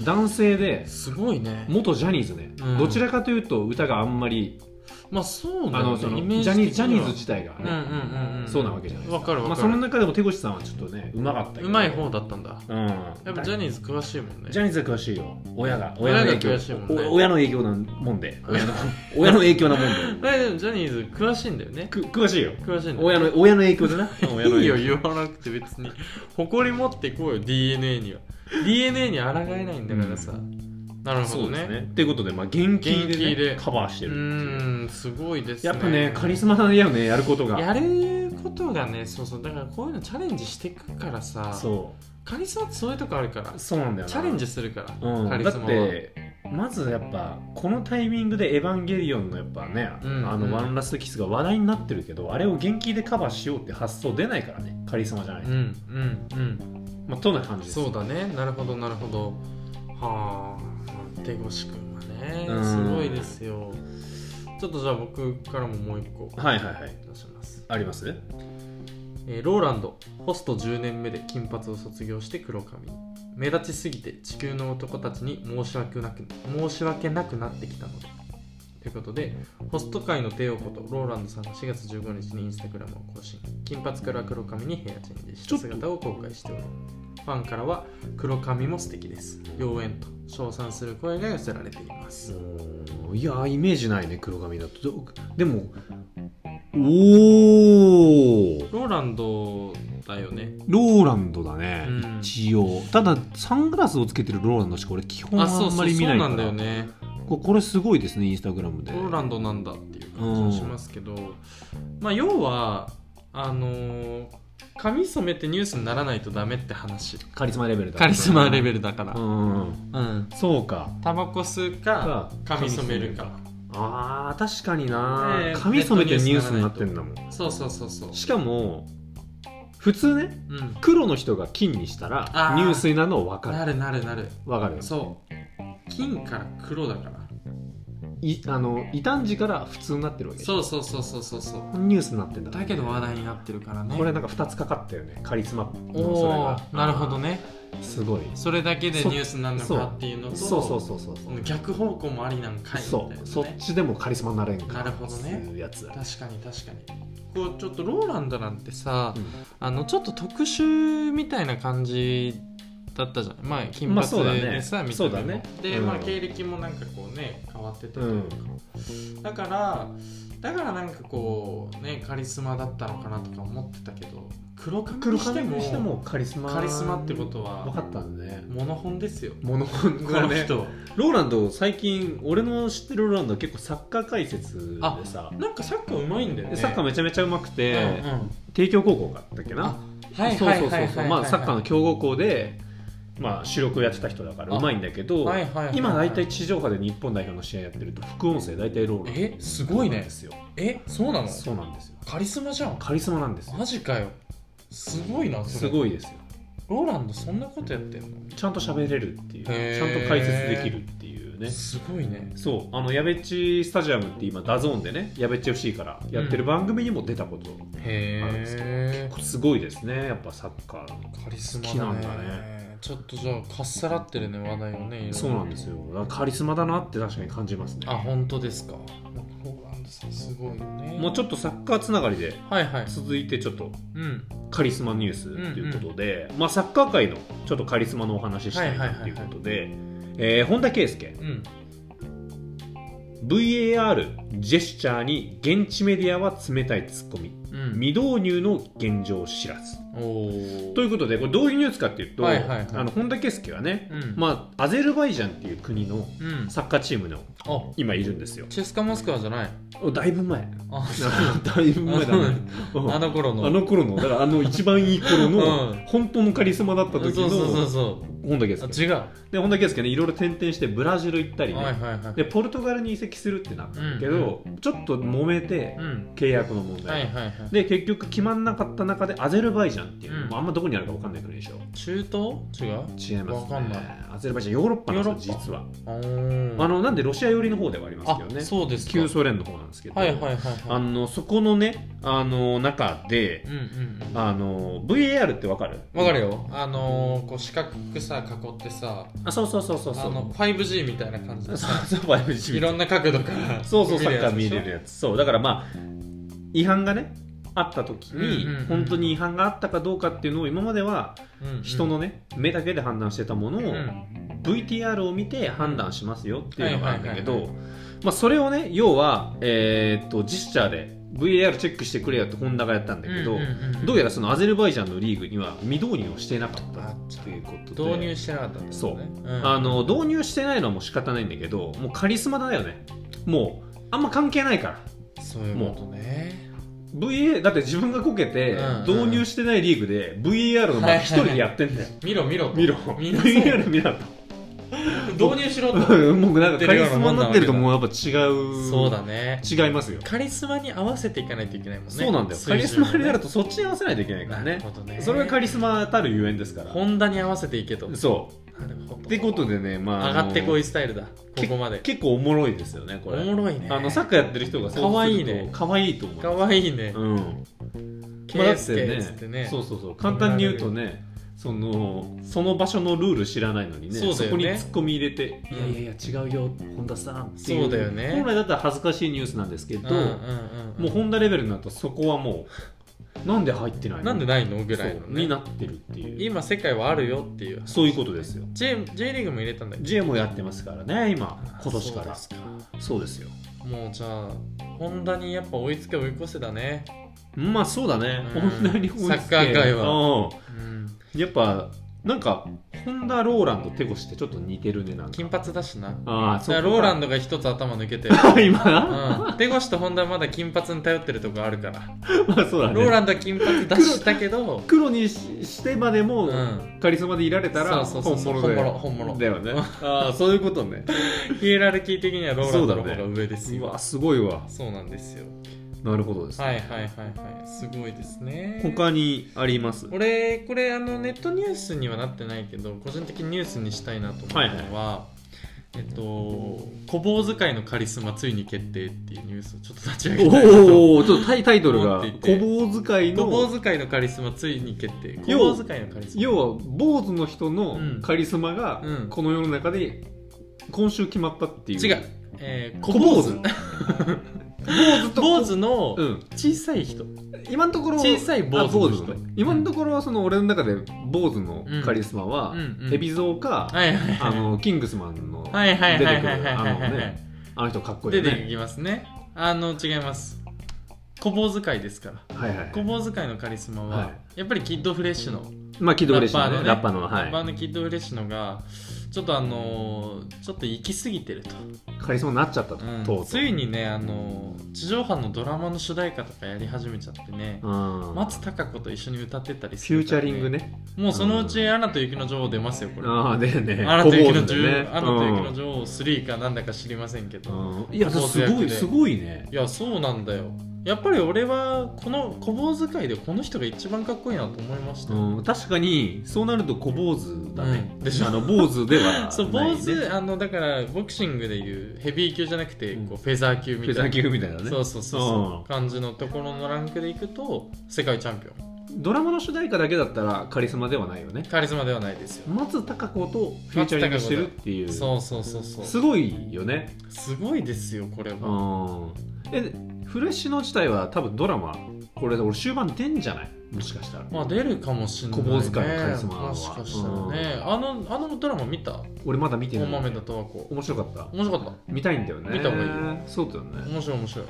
Speaker 2: 男性です
Speaker 1: ごいね
Speaker 2: 元ジャニーズね、
Speaker 1: うん
Speaker 2: どちらかというと歌があんまり、
Speaker 1: まあそうだ
Speaker 2: あ
Speaker 1: よ
Speaker 2: の
Speaker 1: ね
Speaker 2: その
Speaker 1: イ
Speaker 2: ジ
Speaker 1: メージ
Speaker 2: ャ
Speaker 1: 的に
Speaker 2: ニ
Speaker 1: は
Speaker 2: ージャニーズ自体がね、
Speaker 1: うんうんうんうん
Speaker 2: そうなわけじゃないです
Speaker 1: わかるわかる
Speaker 2: まあ、その中でも手越さんはちょっとねうまかったけど
Speaker 1: うまい方だったんだ
Speaker 2: うん
Speaker 1: やっぱジャニーズ詳しいもんね
Speaker 2: ジャニーズは詳しいよ親が
Speaker 1: 親が
Speaker 2: の影
Speaker 1: 詳しい
Speaker 2: 響、
Speaker 1: もんね
Speaker 2: お親の影響なもんで親の [LAUGHS] 親の影響なもんで
Speaker 1: えでもジャニーズ詳しいんだよね
Speaker 2: く詳しいよ
Speaker 1: 詳しいんだよ
Speaker 2: 親の親の影響
Speaker 1: [LAUGHS]
Speaker 2: でな親の
Speaker 1: いい
Speaker 2: 影
Speaker 1: よ
Speaker 2: 響
Speaker 1: 言わなくて別に誇り持っていこうよ DNA には DNA に抗えないんだからさ、
Speaker 2: う
Speaker 1: なるほ
Speaker 2: そ
Speaker 1: ど
Speaker 2: うです
Speaker 1: ね
Speaker 2: ねということで、まあ、元気で,、ね、
Speaker 1: 元気で
Speaker 2: カバーし
Speaker 1: う
Speaker 2: てるっていう
Speaker 1: ーんすごいですね
Speaker 2: やっぱねカリスマさんだよねやることが
Speaker 1: やることがねそうそうだからこういうのチャレンジしていくからさ
Speaker 2: そ
Speaker 1: カリスマってそういうとこあるから
Speaker 2: うそうなんだよな
Speaker 1: チャレンジするから、カ
Speaker 2: うん、
Speaker 1: リ
Speaker 2: だ
Speaker 1: スマ
Speaker 2: っ
Speaker 1: は
Speaker 2: てまずやっぱこのタイミングで「エヴァンゲリオン」のやっぱね、
Speaker 1: うん
Speaker 2: あ
Speaker 1: うん
Speaker 2: の「ワンラストキス」が話題になってるけど、あれを元気でカバーしようって発想出ないからねカリスマじゃない、
Speaker 1: うんうんうん
Speaker 2: まあ、との感じです
Speaker 1: そうだねなるほどなるほどはあ手越くんはね
Speaker 2: うん
Speaker 1: すごいですよちょっとじゃあ僕からももう一個
Speaker 2: はいはいはい
Speaker 1: 出します、
Speaker 2: あります
Speaker 1: えーローランドホスト10年目で金髪を卒業して黒髪に目立ちすぎて地球の男たちに申し訳なく申し訳なくなってきたのでということでホスト界の帝王ことローランドさんが4月15日にインスタグラムを更新金髪から黒髪にヘアチェンジし
Speaker 2: ちょ
Speaker 1: た
Speaker 2: っと
Speaker 1: 姿を公開しておりファンからは黒髪も素敵です妖艶と称賛する声が寄せられています
Speaker 2: いやーイメージないね黒髪だとでもおお
Speaker 1: ローランドだよね
Speaker 2: ローランドだね、
Speaker 1: うん
Speaker 2: 一応ただサングラスをつけてるローランドしか俺基本
Speaker 1: あ
Speaker 2: あ
Speaker 1: そうんそ
Speaker 2: ま
Speaker 1: う
Speaker 2: り見
Speaker 1: そ
Speaker 2: な
Speaker 1: う
Speaker 2: い
Speaker 1: な
Speaker 2: か
Speaker 1: んだよ
Speaker 2: ら
Speaker 1: ね
Speaker 2: ここれすごいですねインスタグラムで
Speaker 1: ローランドなんだっていう感じがしますけど、まあ要はあのー髪染めってニュースにならないとダメって話
Speaker 2: カリスマレベルだ
Speaker 1: カリスマレ
Speaker 2: ル
Speaker 1: ベルだから
Speaker 2: うん
Speaker 1: うん
Speaker 2: そうか
Speaker 1: タバコ吸うか髪染めるか
Speaker 2: あー確かにな、
Speaker 1: ねえ
Speaker 2: 髪染めてニュースになってんだもん
Speaker 1: そうそうそうそう
Speaker 2: しかも普通ね
Speaker 1: うん
Speaker 2: 黒の人が金にした
Speaker 1: あ
Speaker 2: ら
Speaker 1: ー
Speaker 2: ニュースになるの分か
Speaker 1: な
Speaker 2: る
Speaker 1: るなるなる
Speaker 2: 分かる
Speaker 1: そう金から黒だから
Speaker 2: いあの異端児から普通になってるわけ
Speaker 1: そうそうそうそうそうそう
Speaker 2: ニュースになってんだ
Speaker 1: だけど話題になってるからね
Speaker 2: これなんか2つかかったよねカリスマの
Speaker 1: お
Speaker 2: それ
Speaker 1: お
Speaker 2: が
Speaker 1: ーなるほどね
Speaker 2: すごい
Speaker 1: それだけでニュースになるのかっていうのと
Speaker 2: そうそうそうそうそう
Speaker 1: 逆方向もありなんかいみたい
Speaker 2: そ
Speaker 1: な、ね、
Speaker 2: うそっちでもカリスマになれんか
Speaker 1: なるほどね
Speaker 2: そういうやつ
Speaker 1: 確かに確かにこうちょっとローランドなんてさ、
Speaker 2: うん
Speaker 1: あのちょっと特殊みたいな感じだったじゃないまあ金
Speaker 2: ま
Speaker 1: 髪
Speaker 2: あそうだね
Speaker 1: でさ、見た
Speaker 2: そうだ
Speaker 1: 目も
Speaker 2: ね
Speaker 1: で、
Speaker 2: うん
Speaker 1: まあ経歴もなんかこうね変わっててというか、だからだからなんかこうねカリスマだったのかなとか思ってたけど黒髪
Speaker 2: 黒
Speaker 1: にして
Speaker 2: 髪
Speaker 1: も
Speaker 2: にしてもカリスマ
Speaker 1: カリスマってことは
Speaker 2: 分かったんだね
Speaker 1: モノ本ですよ
Speaker 2: モノホン
Speaker 1: この人は
Speaker 2: ローランド最近俺の知ってるローランドは結構サッカー解説でさ
Speaker 1: なんかサッカーうまいんだよね
Speaker 2: サッカーめちゃめちゃうまくて、
Speaker 1: うんうん
Speaker 2: 帝京高校だったっけ
Speaker 1: あ
Speaker 2: な
Speaker 1: はい
Speaker 2: そう
Speaker 1: はい
Speaker 2: そう
Speaker 1: は
Speaker 2: そ
Speaker 1: いう
Speaker 2: そうまあサッカーの
Speaker 1: 教
Speaker 2: 強豪校で、まあ、主力をやってた人だから
Speaker 1: あ
Speaker 2: うまいんだけど、
Speaker 1: はいはいはいはい
Speaker 2: 今大体地上波で日本代表の試合やってると副音声大体ローランド
Speaker 1: えすごい
Speaker 2: なん
Speaker 1: ね
Speaker 2: ですよ
Speaker 1: えそうなの
Speaker 2: そうなんですよ
Speaker 1: カリスマじゃん
Speaker 2: カリスマなんですよ
Speaker 1: マジかよすごいなそ
Speaker 2: す
Speaker 1: れ
Speaker 2: ごいですよ
Speaker 1: ローランドそんなことやってんの、
Speaker 2: ちゃんと喋れるっていうち
Speaker 1: へー
Speaker 2: ゃんと解説できるっていうね
Speaker 1: すごいね
Speaker 2: そうあのやべっちスタジアムって今ダゾーンでねやべっち FC からやってる番組にも出たこと、あるんですけど
Speaker 1: へえ
Speaker 2: これすごいですねやっぱサッカーの
Speaker 1: カリスマだ
Speaker 2: 好き
Speaker 1: ね
Speaker 2: なんだね
Speaker 1: ちょっとじゃあかっさらってるね話題をねいろいろ
Speaker 2: そうなんですよだからカリスマだなって確かに感じますね
Speaker 1: あ本当ですかローランドさんすごいよね
Speaker 2: もうちょっとサッカーつながりで
Speaker 1: はいはい
Speaker 2: 続いてちょっと
Speaker 1: うん
Speaker 2: カリスマニュースということで、まあ、サッカー界のちょっとカリスマのお話ししたいなということでえー本田圭佑
Speaker 1: うん
Speaker 2: VAR ジェスチャーに現地メディアは冷たいツッコミ
Speaker 1: うん
Speaker 2: 未導入の現状知らず
Speaker 1: おお
Speaker 2: ということでこれどういうニュースかっていうと、
Speaker 1: はいはいはい
Speaker 2: あの本田圭佑はね、
Speaker 1: うん
Speaker 2: まあ、アゼルバイジャンっていう国の
Speaker 1: うん
Speaker 2: サッカーチームの
Speaker 1: あ
Speaker 2: 今いるんですよ
Speaker 1: チェスカモスクワじゃない
Speaker 2: だい
Speaker 1: [LAUGHS]
Speaker 2: ぶ前
Speaker 1: あ
Speaker 2: だいぶ前だねうん
Speaker 1: あの頃の
Speaker 2: あの頃のだからあの一番いい頃の、
Speaker 1: うん
Speaker 2: 本当のカリスマだった
Speaker 1: そう
Speaker 2: 時
Speaker 1: そうそう
Speaker 2: の
Speaker 1: そ
Speaker 2: 本田圭
Speaker 1: うあ
Speaker 2: 佑
Speaker 1: 違うは
Speaker 2: で本田圭佑ねいろいろ転々してブラジル行った
Speaker 1: い
Speaker 2: りね、
Speaker 1: はいはい
Speaker 2: でポルトガルに移籍するってなったんだけど、ちょっと揉めて
Speaker 1: うん
Speaker 2: 契約の問題、
Speaker 1: はいはいはい
Speaker 2: で結局決まんなかった中でアゼルバイジャンっていう、
Speaker 1: うん
Speaker 2: あんまどこにあるか分かんない国でしょ
Speaker 1: 中東違う
Speaker 2: 違います、ね、
Speaker 1: わかんない
Speaker 2: アゼルバイジャンヨーロッパなんですよ
Speaker 1: ヨーロッパ
Speaker 2: 実は、
Speaker 1: あー
Speaker 2: あのなんでロシア寄りの方ではあります
Speaker 1: あ
Speaker 2: けどね
Speaker 1: そうですか
Speaker 2: 旧ソ連の方なんですけど、
Speaker 1: はいはいはいはい
Speaker 2: あのそこのねあの中で、
Speaker 1: うんうんうん
Speaker 2: あの VAR ってわかる
Speaker 1: わかるよあのーこう四角くさ囲ってさ
Speaker 2: あそうそうそうそうそ
Speaker 1: あ
Speaker 2: う
Speaker 1: の 5G みたいな感じで
Speaker 2: そう
Speaker 1: さ
Speaker 2: そう
Speaker 1: [LAUGHS]
Speaker 2: 5G
Speaker 1: いろんな角度から
Speaker 2: そうそうサッカー
Speaker 1: る
Speaker 2: 見れ
Speaker 1: やつ
Speaker 2: る
Speaker 1: でし
Speaker 2: やつそうだからまあ違反がねあった時に、
Speaker 1: うんうんうん
Speaker 2: 本当に違反があったかどうかっていうのを今までは
Speaker 1: ょうんうん
Speaker 2: 人のね、目だけで判断してたものを、
Speaker 1: うん
Speaker 2: VTR を見て判断しますよっていうのがあるんだけ
Speaker 1: はいは
Speaker 2: どまあそれをね要は、えーっとジェスチャーで VAR チェックしてくれよってホンダがやったんだけ
Speaker 1: う
Speaker 2: ど、
Speaker 1: んうんうん
Speaker 2: どうやらそのアゼルバイジャンのリーグには未導入をしてなかったということで
Speaker 1: 導入してなかったんですね
Speaker 2: そうんあの導入してないのはもう仕方ないんだけどもうカリスマだよねもうあんま関係ないから
Speaker 1: そういうことね
Speaker 2: VA だって自分がこけて
Speaker 1: うんうん
Speaker 2: 導入してないリーグで VAR の
Speaker 1: は
Speaker 2: 前
Speaker 1: い
Speaker 2: 一人でやってんだよ
Speaker 1: 見ろ [LAUGHS] 見ろと
Speaker 2: 見 [LAUGHS] ろ
Speaker 1: みんなそう
Speaker 2: VAR 見
Speaker 1: [LAUGHS]
Speaker 2: ろと
Speaker 1: 導入しろと
Speaker 2: [LAUGHS] もうなんかカリスマになってるともうやっぱ違う
Speaker 1: そうだね
Speaker 2: 違いますよ
Speaker 1: カリスマに合わせていかないといけないもんね
Speaker 2: そうなんだよ
Speaker 1: 水準を
Speaker 2: カリ
Speaker 1: ね
Speaker 2: スマになるとそっちに合わせないといけないから
Speaker 1: なる
Speaker 2: ね
Speaker 1: ほどね
Speaker 2: それがカリスマたるゆえんですから
Speaker 1: ホンダに合わせていけとな
Speaker 2: そ
Speaker 1: るほど
Speaker 2: うってことでねまあ
Speaker 1: 上
Speaker 2: あの
Speaker 1: がってこいスタイルだここまで
Speaker 2: 結構おもろいですよねこ
Speaker 1: お
Speaker 2: れ
Speaker 1: もろいね
Speaker 2: あのサッカーやってる人がそうすると
Speaker 1: かわいいね
Speaker 2: かわいいと思う
Speaker 1: かわいいね
Speaker 2: うん
Speaker 1: ケ
Speaker 2: まあだ
Speaker 1: ー
Speaker 2: っ
Speaker 1: スケ
Speaker 2: て
Speaker 1: ースって
Speaker 2: ね
Speaker 1: ね
Speaker 2: そうそうそう簡単に言うとねそのその場所のルール知らないのにね
Speaker 1: そうだよね
Speaker 2: こに突っ込み入れて「
Speaker 1: うん
Speaker 2: いやいやいや違うよ本田さん」っていう
Speaker 1: そうだよね
Speaker 2: 本来だったら恥ずかしいニュースなんですけど、
Speaker 1: うんうんうん
Speaker 2: もう本田レベルになるとそこはもうなんで入ってないの
Speaker 1: なんでないのぐらいの
Speaker 2: そうに
Speaker 1: ね
Speaker 2: なってるっていう
Speaker 1: 今世界はあるよっていう
Speaker 2: そういうことですよ
Speaker 1: J, J リーグも入れたんだけど
Speaker 2: J もやってますからね今今年から
Speaker 1: そうですか
Speaker 2: そうですよ
Speaker 1: もうじゃあホンダにやっぱ追いつけ追い越せだね
Speaker 2: まあそうだね、
Speaker 1: うん
Speaker 2: 本田に追いつけ
Speaker 1: サッカー界は
Speaker 2: う
Speaker 1: うん、
Speaker 2: んやっぱなんか本田ローランド手越ってちょっと似てるねなんか
Speaker 1: 金髪だしな
Speaker 2: ああ
Speaker 1: だか
Speaker 2: そ
Speaker 1: ら
Speaker 2: う
Speaker 1: ローラン
Speaker 2: ド
Speaker 1: ドが一つ頭抜けて
Speaker 2: [LAUGHS] 今な、
Speaker 1: うん、手越と本田はまだ金髪に頼ってるとこあるから
Speaker 2: まあそうだね
Speaker 1: ローランドは金髪出したけど、
Speaker 2: 黒にししてまで
Speaker 1: う
Speaker 2: も、
Speaker 1: ん、
Speaker 2: カリスマでいられたら
Speaker 1: そうそう
Speaker 2: 本
Speaker 1: そう
Speaker 2: 物だよ
Speaker 1: 本物本物
Speaker 2: だよ
Speaker 1: [LAUGHS]
Speaker 2: ねああそういうことね
Speaker 1: ヒエラルキー的にはローランドの方が上です
Speaker 2: う
Speaker 1: よ
Speaker 2: わすごいわ
Speaker 1: そうなんですよ
Speaker 2: なるほどです、
Speaker 1: はいはいはいはいすごいですね
Speaker 2: 他にあります
Speaker 1: 俺これあのネットニュースにはなってないけど個人的にニュースにしたいなと思ったのは、えっと「小坊使いのカリスマついに決定」っていうニュースをちょっと立ち上げたいなと
Speaker 2: おおちょっ
Speaker 1: [LAUGHS]
Speaker 2: とタイタイトル
Speaker 1: 持
Speaker 2: が
Speaker 1: っ
Speaker 2: 「
Speaker 1: ていて
Speaker 2: 小坊使い
Speaker 1: 小
Speaker 2: の
Speaker 1: 坊使いのカリスマついに決定小
Speaker 2: 要
Speaker 1: 坊使いのカリスマ
Speaker 2: 要は坊主の人の
Speaker 1: うん
Speaker 2: カリスマが
Speaker 1: うん
Speaker 2: この世の中で今週決まったっていう
Speaker 1: 違う、えー、
Speaker 2: 小
Speaker 1: 小
Speaker 2: [LAUGHS] 坊
Speaker 1: 坊
Speaker 2: 主
Speaker 1: 主
Speaker 2: 坊主と
Speaker 1: 坊主の
Speaker 2: うん
Speaker 1: 小さい人、
Speaker 2: 今のところ
Speaker 1: 小さい坊
Speaker 2: あ坊
Speaker 1: 主の
Speaker 2: 主
Speaker 1: 人
Speaker 2: ね今のところはその俺の中で坊主のカリスマ
Speaker 1: う
Speaker 2: は
Speaker 1: んうん
Speaker 2: 海老蔵か
Speaker 1: はいはい
Speaker 2: あ
Speaker 1: はい
Speaker 2: のキングスマンの出てくる
Speaker 1: はいはいはいはいはい
Speaker 2: あ
Speaker 1: はい
Speaker 2: の
Speaker 1: はい
Speaker 2: ねあの人かっこいい
Speaker 1: 出
Speaker 2: よ
Speaker 1: て
Speaker 2: ね。
Speaker 1: きますねあの違います小坊使いですから
Speaker 2: はいはい。
Speaker 1: 小坊使いのカリスマは、
Speaker 2: はい
Speaker 1: やっぱりキッドフレッシュの、
Speaker 2: まあ、キドウレッシュ
Speaker 1: ラ
Speaker 2: の
Speaker 1: ッパーの
Speaker 2: ね、
Speaker 1: ね
Speaker 2: ラッパーの、は
Speaker 1: バー
Speaker 2: い。
Speaker 1: のキッドフレッシュのがちょっとあのーちょっと行き過ぎてると、
Speaker 2: カリスマになっちゃったと、
Speaker 1: うん
Speaker 2: とうと
Speaker 1: つ
Speaker 2: う。
Speaker 1: いにねあのー地上波のドラマの主題歌とかやり始めちゃってね、
Speaker 2: うん
Speaker 1: 松たか子と一緒に歌ってたりす
Speaker 2: フュ
Speaker 1: る
Speaker 2: ーチ
Speaker 1: か
Speaker 2: ャ
Speaker 1: ら
Speaker 2: リングね。
Speaker 1: もうそのうち「アナと雪の女王」出ますよこれ「
Speaker 2: ああ、だよね。
Speaker 1: アナと雪の
Speaker 2: 小坊主
Speaker 1: 女王」
Speaker 2: でね
Speaker 1: アナと雪の女王3かなんだか知りませんけど、
Speaker 2: うんいや、
Speaker 1: 小坊主
Speaker 2: す
Speaker 1: 役
Speaker 2: ご
Speaker 1: で
Speaker 2: い、すごいね。
Speaker 1: いやそうなんだよやっぱり俺はこの小坊使いでこの人が一番かっこいいなと思いましたよ、
Speaker 2: うん、確かに、そうなると小坊主だね
Speaker 1: う。んでしょ
Speaker 2: あの、坊主ではない、ね。
Speaker 1: [LAUGHS] そう坊主、あのだからボクシングでいうヘビー級じゃなくて
Speaker 2: うん
Speaker 1: こうフェザー級み
Speaker 2: フェ
Speaker 1: た
Speaker 2: ザ
Speaker 1: い
Speaker 2: ー
Speaker 1: な、
Speaker 2: 級みたいなね
Speaker 1: そうそうそうそう
Speaker 2: うん
Speaker 1: 感じのところのランクでいくと世界チャンピオン
Speaker 2: ドラマの主題歌だけだったらカリスマではないよね
Speaker 1: カリスマではないですよ、
Speaker 2: 松たか子とフューチャリングしてるっていう
Speaker 1: そうそうそうそう
Speaker 2: すごいよね
Speaker 1: すごいですよこれは、
Speaker 2: うんえフレッシュの自体は多分ドラマこれ俺終盤出んじゃないもしかしたら
Speaker 1: まあ出るかもしれない、ね、
Speaker 2: 小坊使いのカリスマは
Speaker 1: もしかしたらね、あのあのドラマ見た
Speaker 2: 俺まだ見てな
Speaker 1: 大
Speaker 2: い
Speaker 1: 豆田十和子
Speaker 2: 面白かった
Speaker 1: 面白かっ
Speaker 2: 見たいんだよね
Speaker 1: 見た方がいいよ
Speaker 2: そうだよ
Speaker 1: た
Speaker 2: ね
Speaker 1: 面白い面白い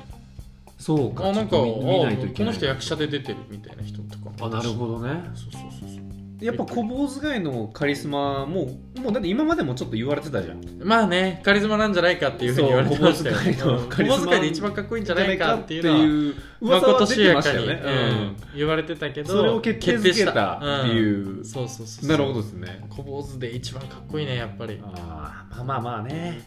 Speaker 2: そうか
Speaker 1: あなん
Speaker 2: ち
Speaker 1: か
Speaker 2: ょっと見見
Speaker 1: あ
Speaker 2: ないといけ
Speaker 1: こ
Speaker 2: な
Speaker 1: の
Speaker 2: い
Speaker 1: 人役者で出てるみたいな人とかも
Speaker 2: あなるほどね
Speaker 1: そうそうそうそう
Speaker 2: やっぱ小坊主街のカリスマももうだって今までもちょっと言われてたじゃん
Speaker 1: まあね、カリスマなんじゃないかっていうふうに言われてましたよね。
Speaker 2: そう小坊使いのカ
Speaker 1: 小
Speaker 2: リスマ
Speaker 1: 坊使いで一番かっこいいんじゃないかっていうのは、
Speaker 2: いう噂は
Speaker 1: 誠
Speaker 2: 出
Speaker 1: して
Speaker 2: ま
Speaker 1: や
Speaker 2: し
Speaker 1: か
Speaker 2: た
Speaker 1: に、
Speaker 2: よね、
Speaker 1: うん言われてたけ
Speaker 2: うん
Speaker 1: ど、
Speaker 2: それを決定づけたってい
Speaker 1: 決定
Speaker 2: う
Speaker 1: したうんそうそうそうそう。
Speaker 2: なるほどですね
Speaker 1: 小坊主で一番かっこいいね、やっぱり。
Speaker 2: あーまあまあまあね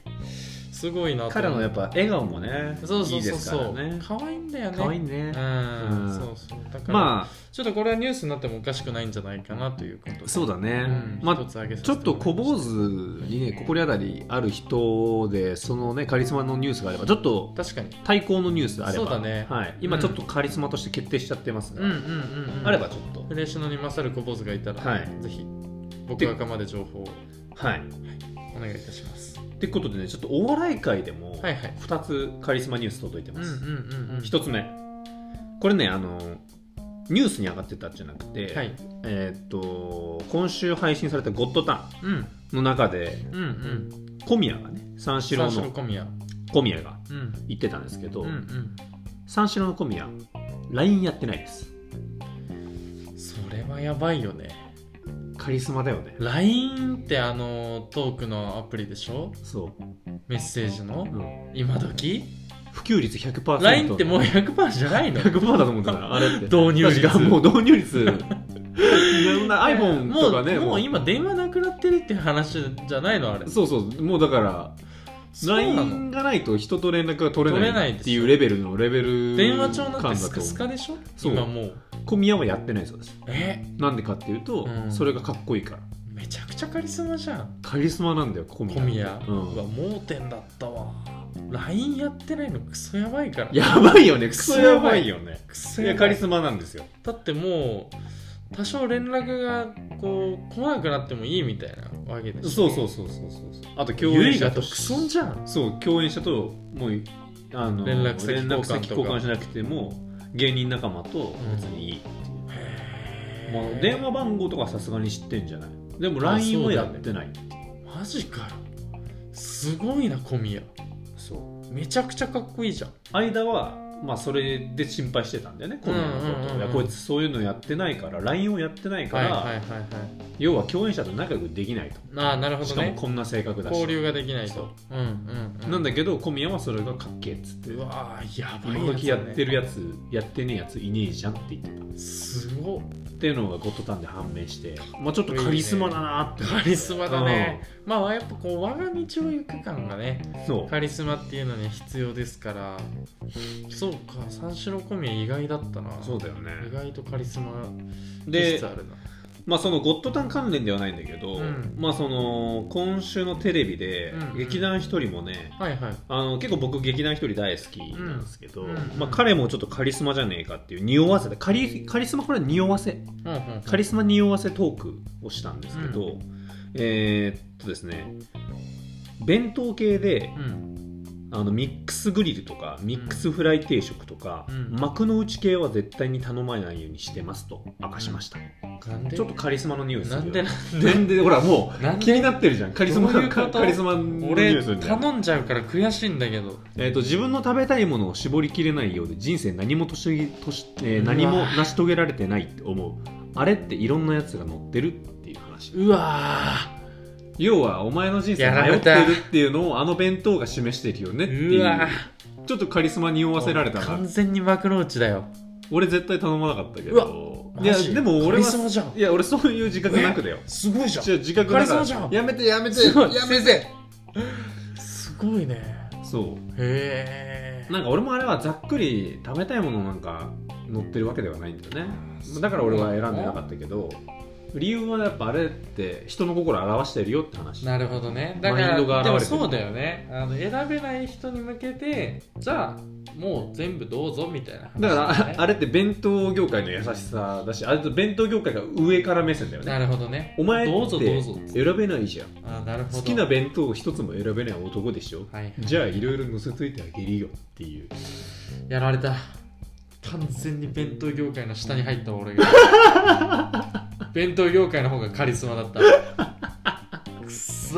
Speaker 1: すごいなと思う
Speaker 2: 彼のやっぱ笑顔もね
Speaker 1: そうそうそうそう。
Speaker 2: いいですか
Speaker 1: 可愛いんだよ
Speaker 2: らね
Speaker 1: ね。
Speaker 2: 可愛いね
Speaker 1: うん、
Speaker 2: うん
Speaker 1: そうそう。だから、
Speaker 2: ま
Speaker 1: ちょっとこれはニュースになってもおかしくないんじゃないかなということで
Speaker 2: あそうだね、
Speaker 1: うん
Speaker 2: ま
Speaker 1: 一
Speaker 2: あ
Speaker 1: つ挙げさせ
Speaker 2: ちょって
Speaker 1: も
Speaker 2: と
Speaker 1: らいました
Speaker 2: 小坊主にね心当たりある人でそのねカリスマのニュースがあればちょっと
Speaker 1: 確かに。
Speaker 2: 対抗のニュースあれ
Speaker 1: そ
Speaker 2: ば
Speaker 1: うだね
Speaker 2: はい、今ちょっとカリスマとして決定しちゃってます
Speaker 1: う
Speaker 2: が、
Speaker 1: んうんうん、うん。
Speaker 2: あればちょっと
Speaker 1: フレッシュのに勝る小坊主がいたら、
Speaker 2: はい
Speaker 1: ぜひ僕がまで情報を
Speaker 2: はい
Speaker 1: お願いいたします。
Speaker 2: ってことでねちょっとお笑い界でも
Speaker 1: はいはい。
Speaker 2: 2つカリスマニュース届いて
Speaker 1: う
Speaker 2: ま
Speaker 1: ん
Speaker 2: す、
Speaker 1: うんうんうん。
Speaker 2: 1つ目これねあのニュースに上がってたんじゃなくて、
Speaker 1: はい。
Speaker 2: えーっと今週配信された「ゴッドタン
Speaker 1: うん」
Speaker 2: の中で
Speaker 1: うんうん。
Speaker 2: 小宮がね三四
Speaker 1: 三
Speaker 2: 郎
Speaker 1: 四郎
Speaker 2: の
Speaker 1: 小宮。
Speaker 2: 小宮が
Speaker 1: うん。
Speaker 2: 言ってたんですけど、
Speaker 1: うんうん。
Speaker 2: 三四郎の小宮 LINE やってないです
Speaker 1: それはやばいよね。
Speaker 2: カリスマだよね
Speaker 1: LINE ってあのトークのアプリでしょ
Speaker 2: そ
Speaker 1: メッセージの
Speaker 2: う、うん、
Speaker 1: 今時
Speaker 2: 普及率100%
Speaker 1: ?LINE ってもう100%じゃない [LAUGHS] の
Speaker 2: 100%だと思ってたあれって
Speaker 1: 導入率
Speaker 2: 確かもう導入
Speaker 1: [LAUGHS]
Speaker 2: 率いろんな iPhone とかね
Speaker 1: もうもう今電話なくなってるって話じゃないのあれ。
Speaker 2: そうそうもうだから
Speaker 1: そうなの
Speaker 2: LINE がないと人と連絡が取れ
Speaker 1: 取れな
Speaker 2: ないい
Speaker 1: で
Speaker 2: っ
Speaker 1: す
Speaker 2: て
Speaker 1: よ
Speaker 2: いうレベルのレベル
Speaker 1: 電話帳なん
Speaker 2: 感
Speaker 1: て
Speaker 2: だ
Speaker 1: ス
Speaker 2: と
Speaker 1: カスカでしょ
Speaker 2: そう
Speaker 1: 今もう。
Speaker 2: 小宮はやってないそうです
Speaker 1: え
Speaker 2: なんでかっていうと、
Speaker 1: うん
Speaker 2: それがかっこいいから
Speaker 1: めちゃくちゃカリスマじゃん
Speaker 2: カリスマなんだよ小宮
Speaker 1: 小宮は
Speaker 2: うん
Speaker 1: 盲点だったわ LINE やってないのクソやばいから
Speaker 2: やばいよねク
Speaker 1: ソ
Speaker 2: ソやばいよね
Speaker 1: ク
Speaker 2: い
Speaker 1: ソ
Speaker 2: や
Speaker 1: や
Speaker 2: カ
Speaker 1: ば
Speaker 2: リ
Speaker 1: い
Speaker 2: スマなんですよ
Speaker 1: だってもう多少連絡がこう来なくなってもいいみたいなわけでしょ
Speaker 2: そうそうそうそうそうそうあと共
Speaker 1: ゆ
Speaker 2: 演
Speaker 1: いが
Speaker 2: 者と
Speaker 1: 独尊じゃん
Speaker 2: そう共演者ともうあの
Speaker 1: 連絡先
Speaker 2: 連絡先
Speaker 1: 交換と
Speaker 2: 交
Speaker 1: か
Speaker 2: 換しなくても芸人仲間と別にいいっていう、
Speaker 1: へ
Speaker 2: まあ
Speaker 1: ー
Speaker 2: 電話番号とかさすがに知ってんじゃないでも
Speaker 1: あ
Speaker 2: LINE
Speaker 1: そう
Speaker 2: は
Speaker 1: だ
Speaker 2: や
Speaker 1: ね
Speaker 2: ってない
Speaker 1: マジかよすごいな小宮
Speaker 2: そう,、
Speaker 1: めちゃくちゃかっこいいじゃん
Speaker 2: 間はまあそれで心配してたんだよね、コメのこと
Speaker 1: うんうんうんうん
Speaker 2: いやこいつそういうのやってないから LINE をやってないか
Speaker 1: はい
Speaker 2: ら、
Speaker 1: はいはいはい
Speaker 2: 要は共演者と仲良くできないと、
Speaker 1: ああなるほ
Speaker 2: し
Speaker 1: ど
Speaker 2: かも
Speaker 1: ね
Speaker 2: こんな性格だし
Speaker 1: 交流ができない
Speaker 2: そう
Speaker 1: とうんうん、うん、
Speaker 2: なんだけど小宮はそれがかっけえっつって
Speaker 1: うわーやばい
Speaker 2: 今
Speaker 1: やつ
Speaker 2: 時やってるやつやってねえやついねえじゃんって言ってたっ
Speaker 1: つすごっ
Speaker 2: っていうのがゴッドタンで判明してまあちょっとカリスマだなって
Speaker 1: カリスマだね、まあやっぱこう我が道を行く感がね
Speaker 2: うんそう
Speaker 1: カリスマっていうのに必要ですからそうか三四郎小宮意外だったな
Speaker 2: そうだよね
Speaker 1: 意外とカリスマ
Speaker 2: で
Speaker 1: 実あるな
Speaker 2: まあそのゴッドタン関連ではないんだけど、
Speaker 1: うん
Speaker 2: まあその今週のテレビで
Speaker 1: うんうん
Speaker 2: 劇団ひとりもね、
Speaker 1: はいはい
Speaker 2: あの結構僕劇団ひとり大好きなんですけど、
Speaker 1: うんうん
Speaker 2: まあ、彼もちょっとカリスマじゃねえかっていう匂わせでカリカリスマこれは匂わせ
Speaker 1: うんうん
Speaker 2: カリスマ匂わせトークをしたんですけど、えーっとですね弁当系で
Speaker 1: うん
Speaker 2: あのミックスグリルとかミックスフライ定食とか、
Speaker 1: うん
Speaker 2: 幕の内系は絶対に頼まないようにしてますと明かしました、
Speaker 1: なんで
Speaker 2: ちょっとカリスマの匂いする
Speaker 1: な
Speaker 2: よ
Speaker 1: んでな
Speaker 2: 全然ほらも
Speaker 1: なん
Speaker 2: う
Speaker 1: で
Speaker 2: 気になってるじゃんカリスマ
Speaker 1: どういうこと
Speaker 2: カリスマの匂い
Speaker 1: 俺
Speaker 2: するじゃん
Speaker 1: 頼んじゃうから悔しいんだけど
Speaker 2: えー、と自分の食べたいものを絞りきれないようで人生何もとしとし、えー
Speaker 1: うわ
Speaker 2: 何も成し遂げられてないって思うあれっていろんなやつが乗ってるっていう話
Speaker 1: うわ
Speaker 2: 要はお前の人生
Speaker 1: やら
Speaker 2: 迷
Speaker 1: れ
Speaker 2: って
Speaker 1: た
Speaker 2: るっていうのをあの弁当が示してるよねっていう
Speaker 1: うわ
Speaker 2: ちょっとカリスマに匂わせられたな
Speaker 1: 完全に幕の内だよ
Speaker 2: 俺絶対頼まなかったけ
Speaker 1: うわ
Speaker 2: どいや
Speaker 1: マジ
Speaker 2: でも俺
Speaker 1: カリスマ
Speaker 2: は
Speaker 1: じゃん
Speaker 2: いや俺そういう自覚なくだよ
Speaker 1: すごいじゃん
Speaker 2: 違う自覚
Speaker 1: カ
Speaker 2: な
Speaker 1: リス
Speaker 2: か
Speaker 1: マじゃん
Speaker 2: やめてやめて
Speaker 1: すごい
Speaker 2: やめて
Speaker 1: すごいね
Speaker 2: そう
Speaker 1: へえ
Speaker 2: なんか俺もあれはざっくり食べたいものなんか乗ってるわけではないんだよねだから俺は選んでなかったけど理由はやっぱあれって人の心を表してるよって話
Speaker 1: なるほどねだか
Speaker 2: マイン
Speaker 1: ら
Speaker 2: ドが
Speaker 1: でも
Speaker 2: 現れてる
Speaker 1: そうだよねあの選べない人に向けてじゃあもう全部どうぞみたいな話
Speaker 2: だから
Speaker 1: ね
Speaker 2: ああれって弁当業界の優しさだしあれと弁当業界が上から目線だよ
Speaker 1: な
Speaker 2: ね
Speaker 1: るほどね
Speaker 2: お前
Speaker 1: どう
Speaker 2: っ
Speaker 1: ぞど
Speaker 2: て
Speaker 1: うぞ
Speaker 2: 選べないじゃん
Speaker 1: あなるほど
Speaker 2: 好きな弁当を一つも選べない男でしょ
Speaker 1: はいはい
Speaker 2: じゃあいろいろ乗せといてあげるよっていう
Speaker 1: やられた完全に弁当業界の下に入った俺が
Speaker 2: [LAUGHS]
Speaker 1: 弁当業界の方がカリスマだったくっそ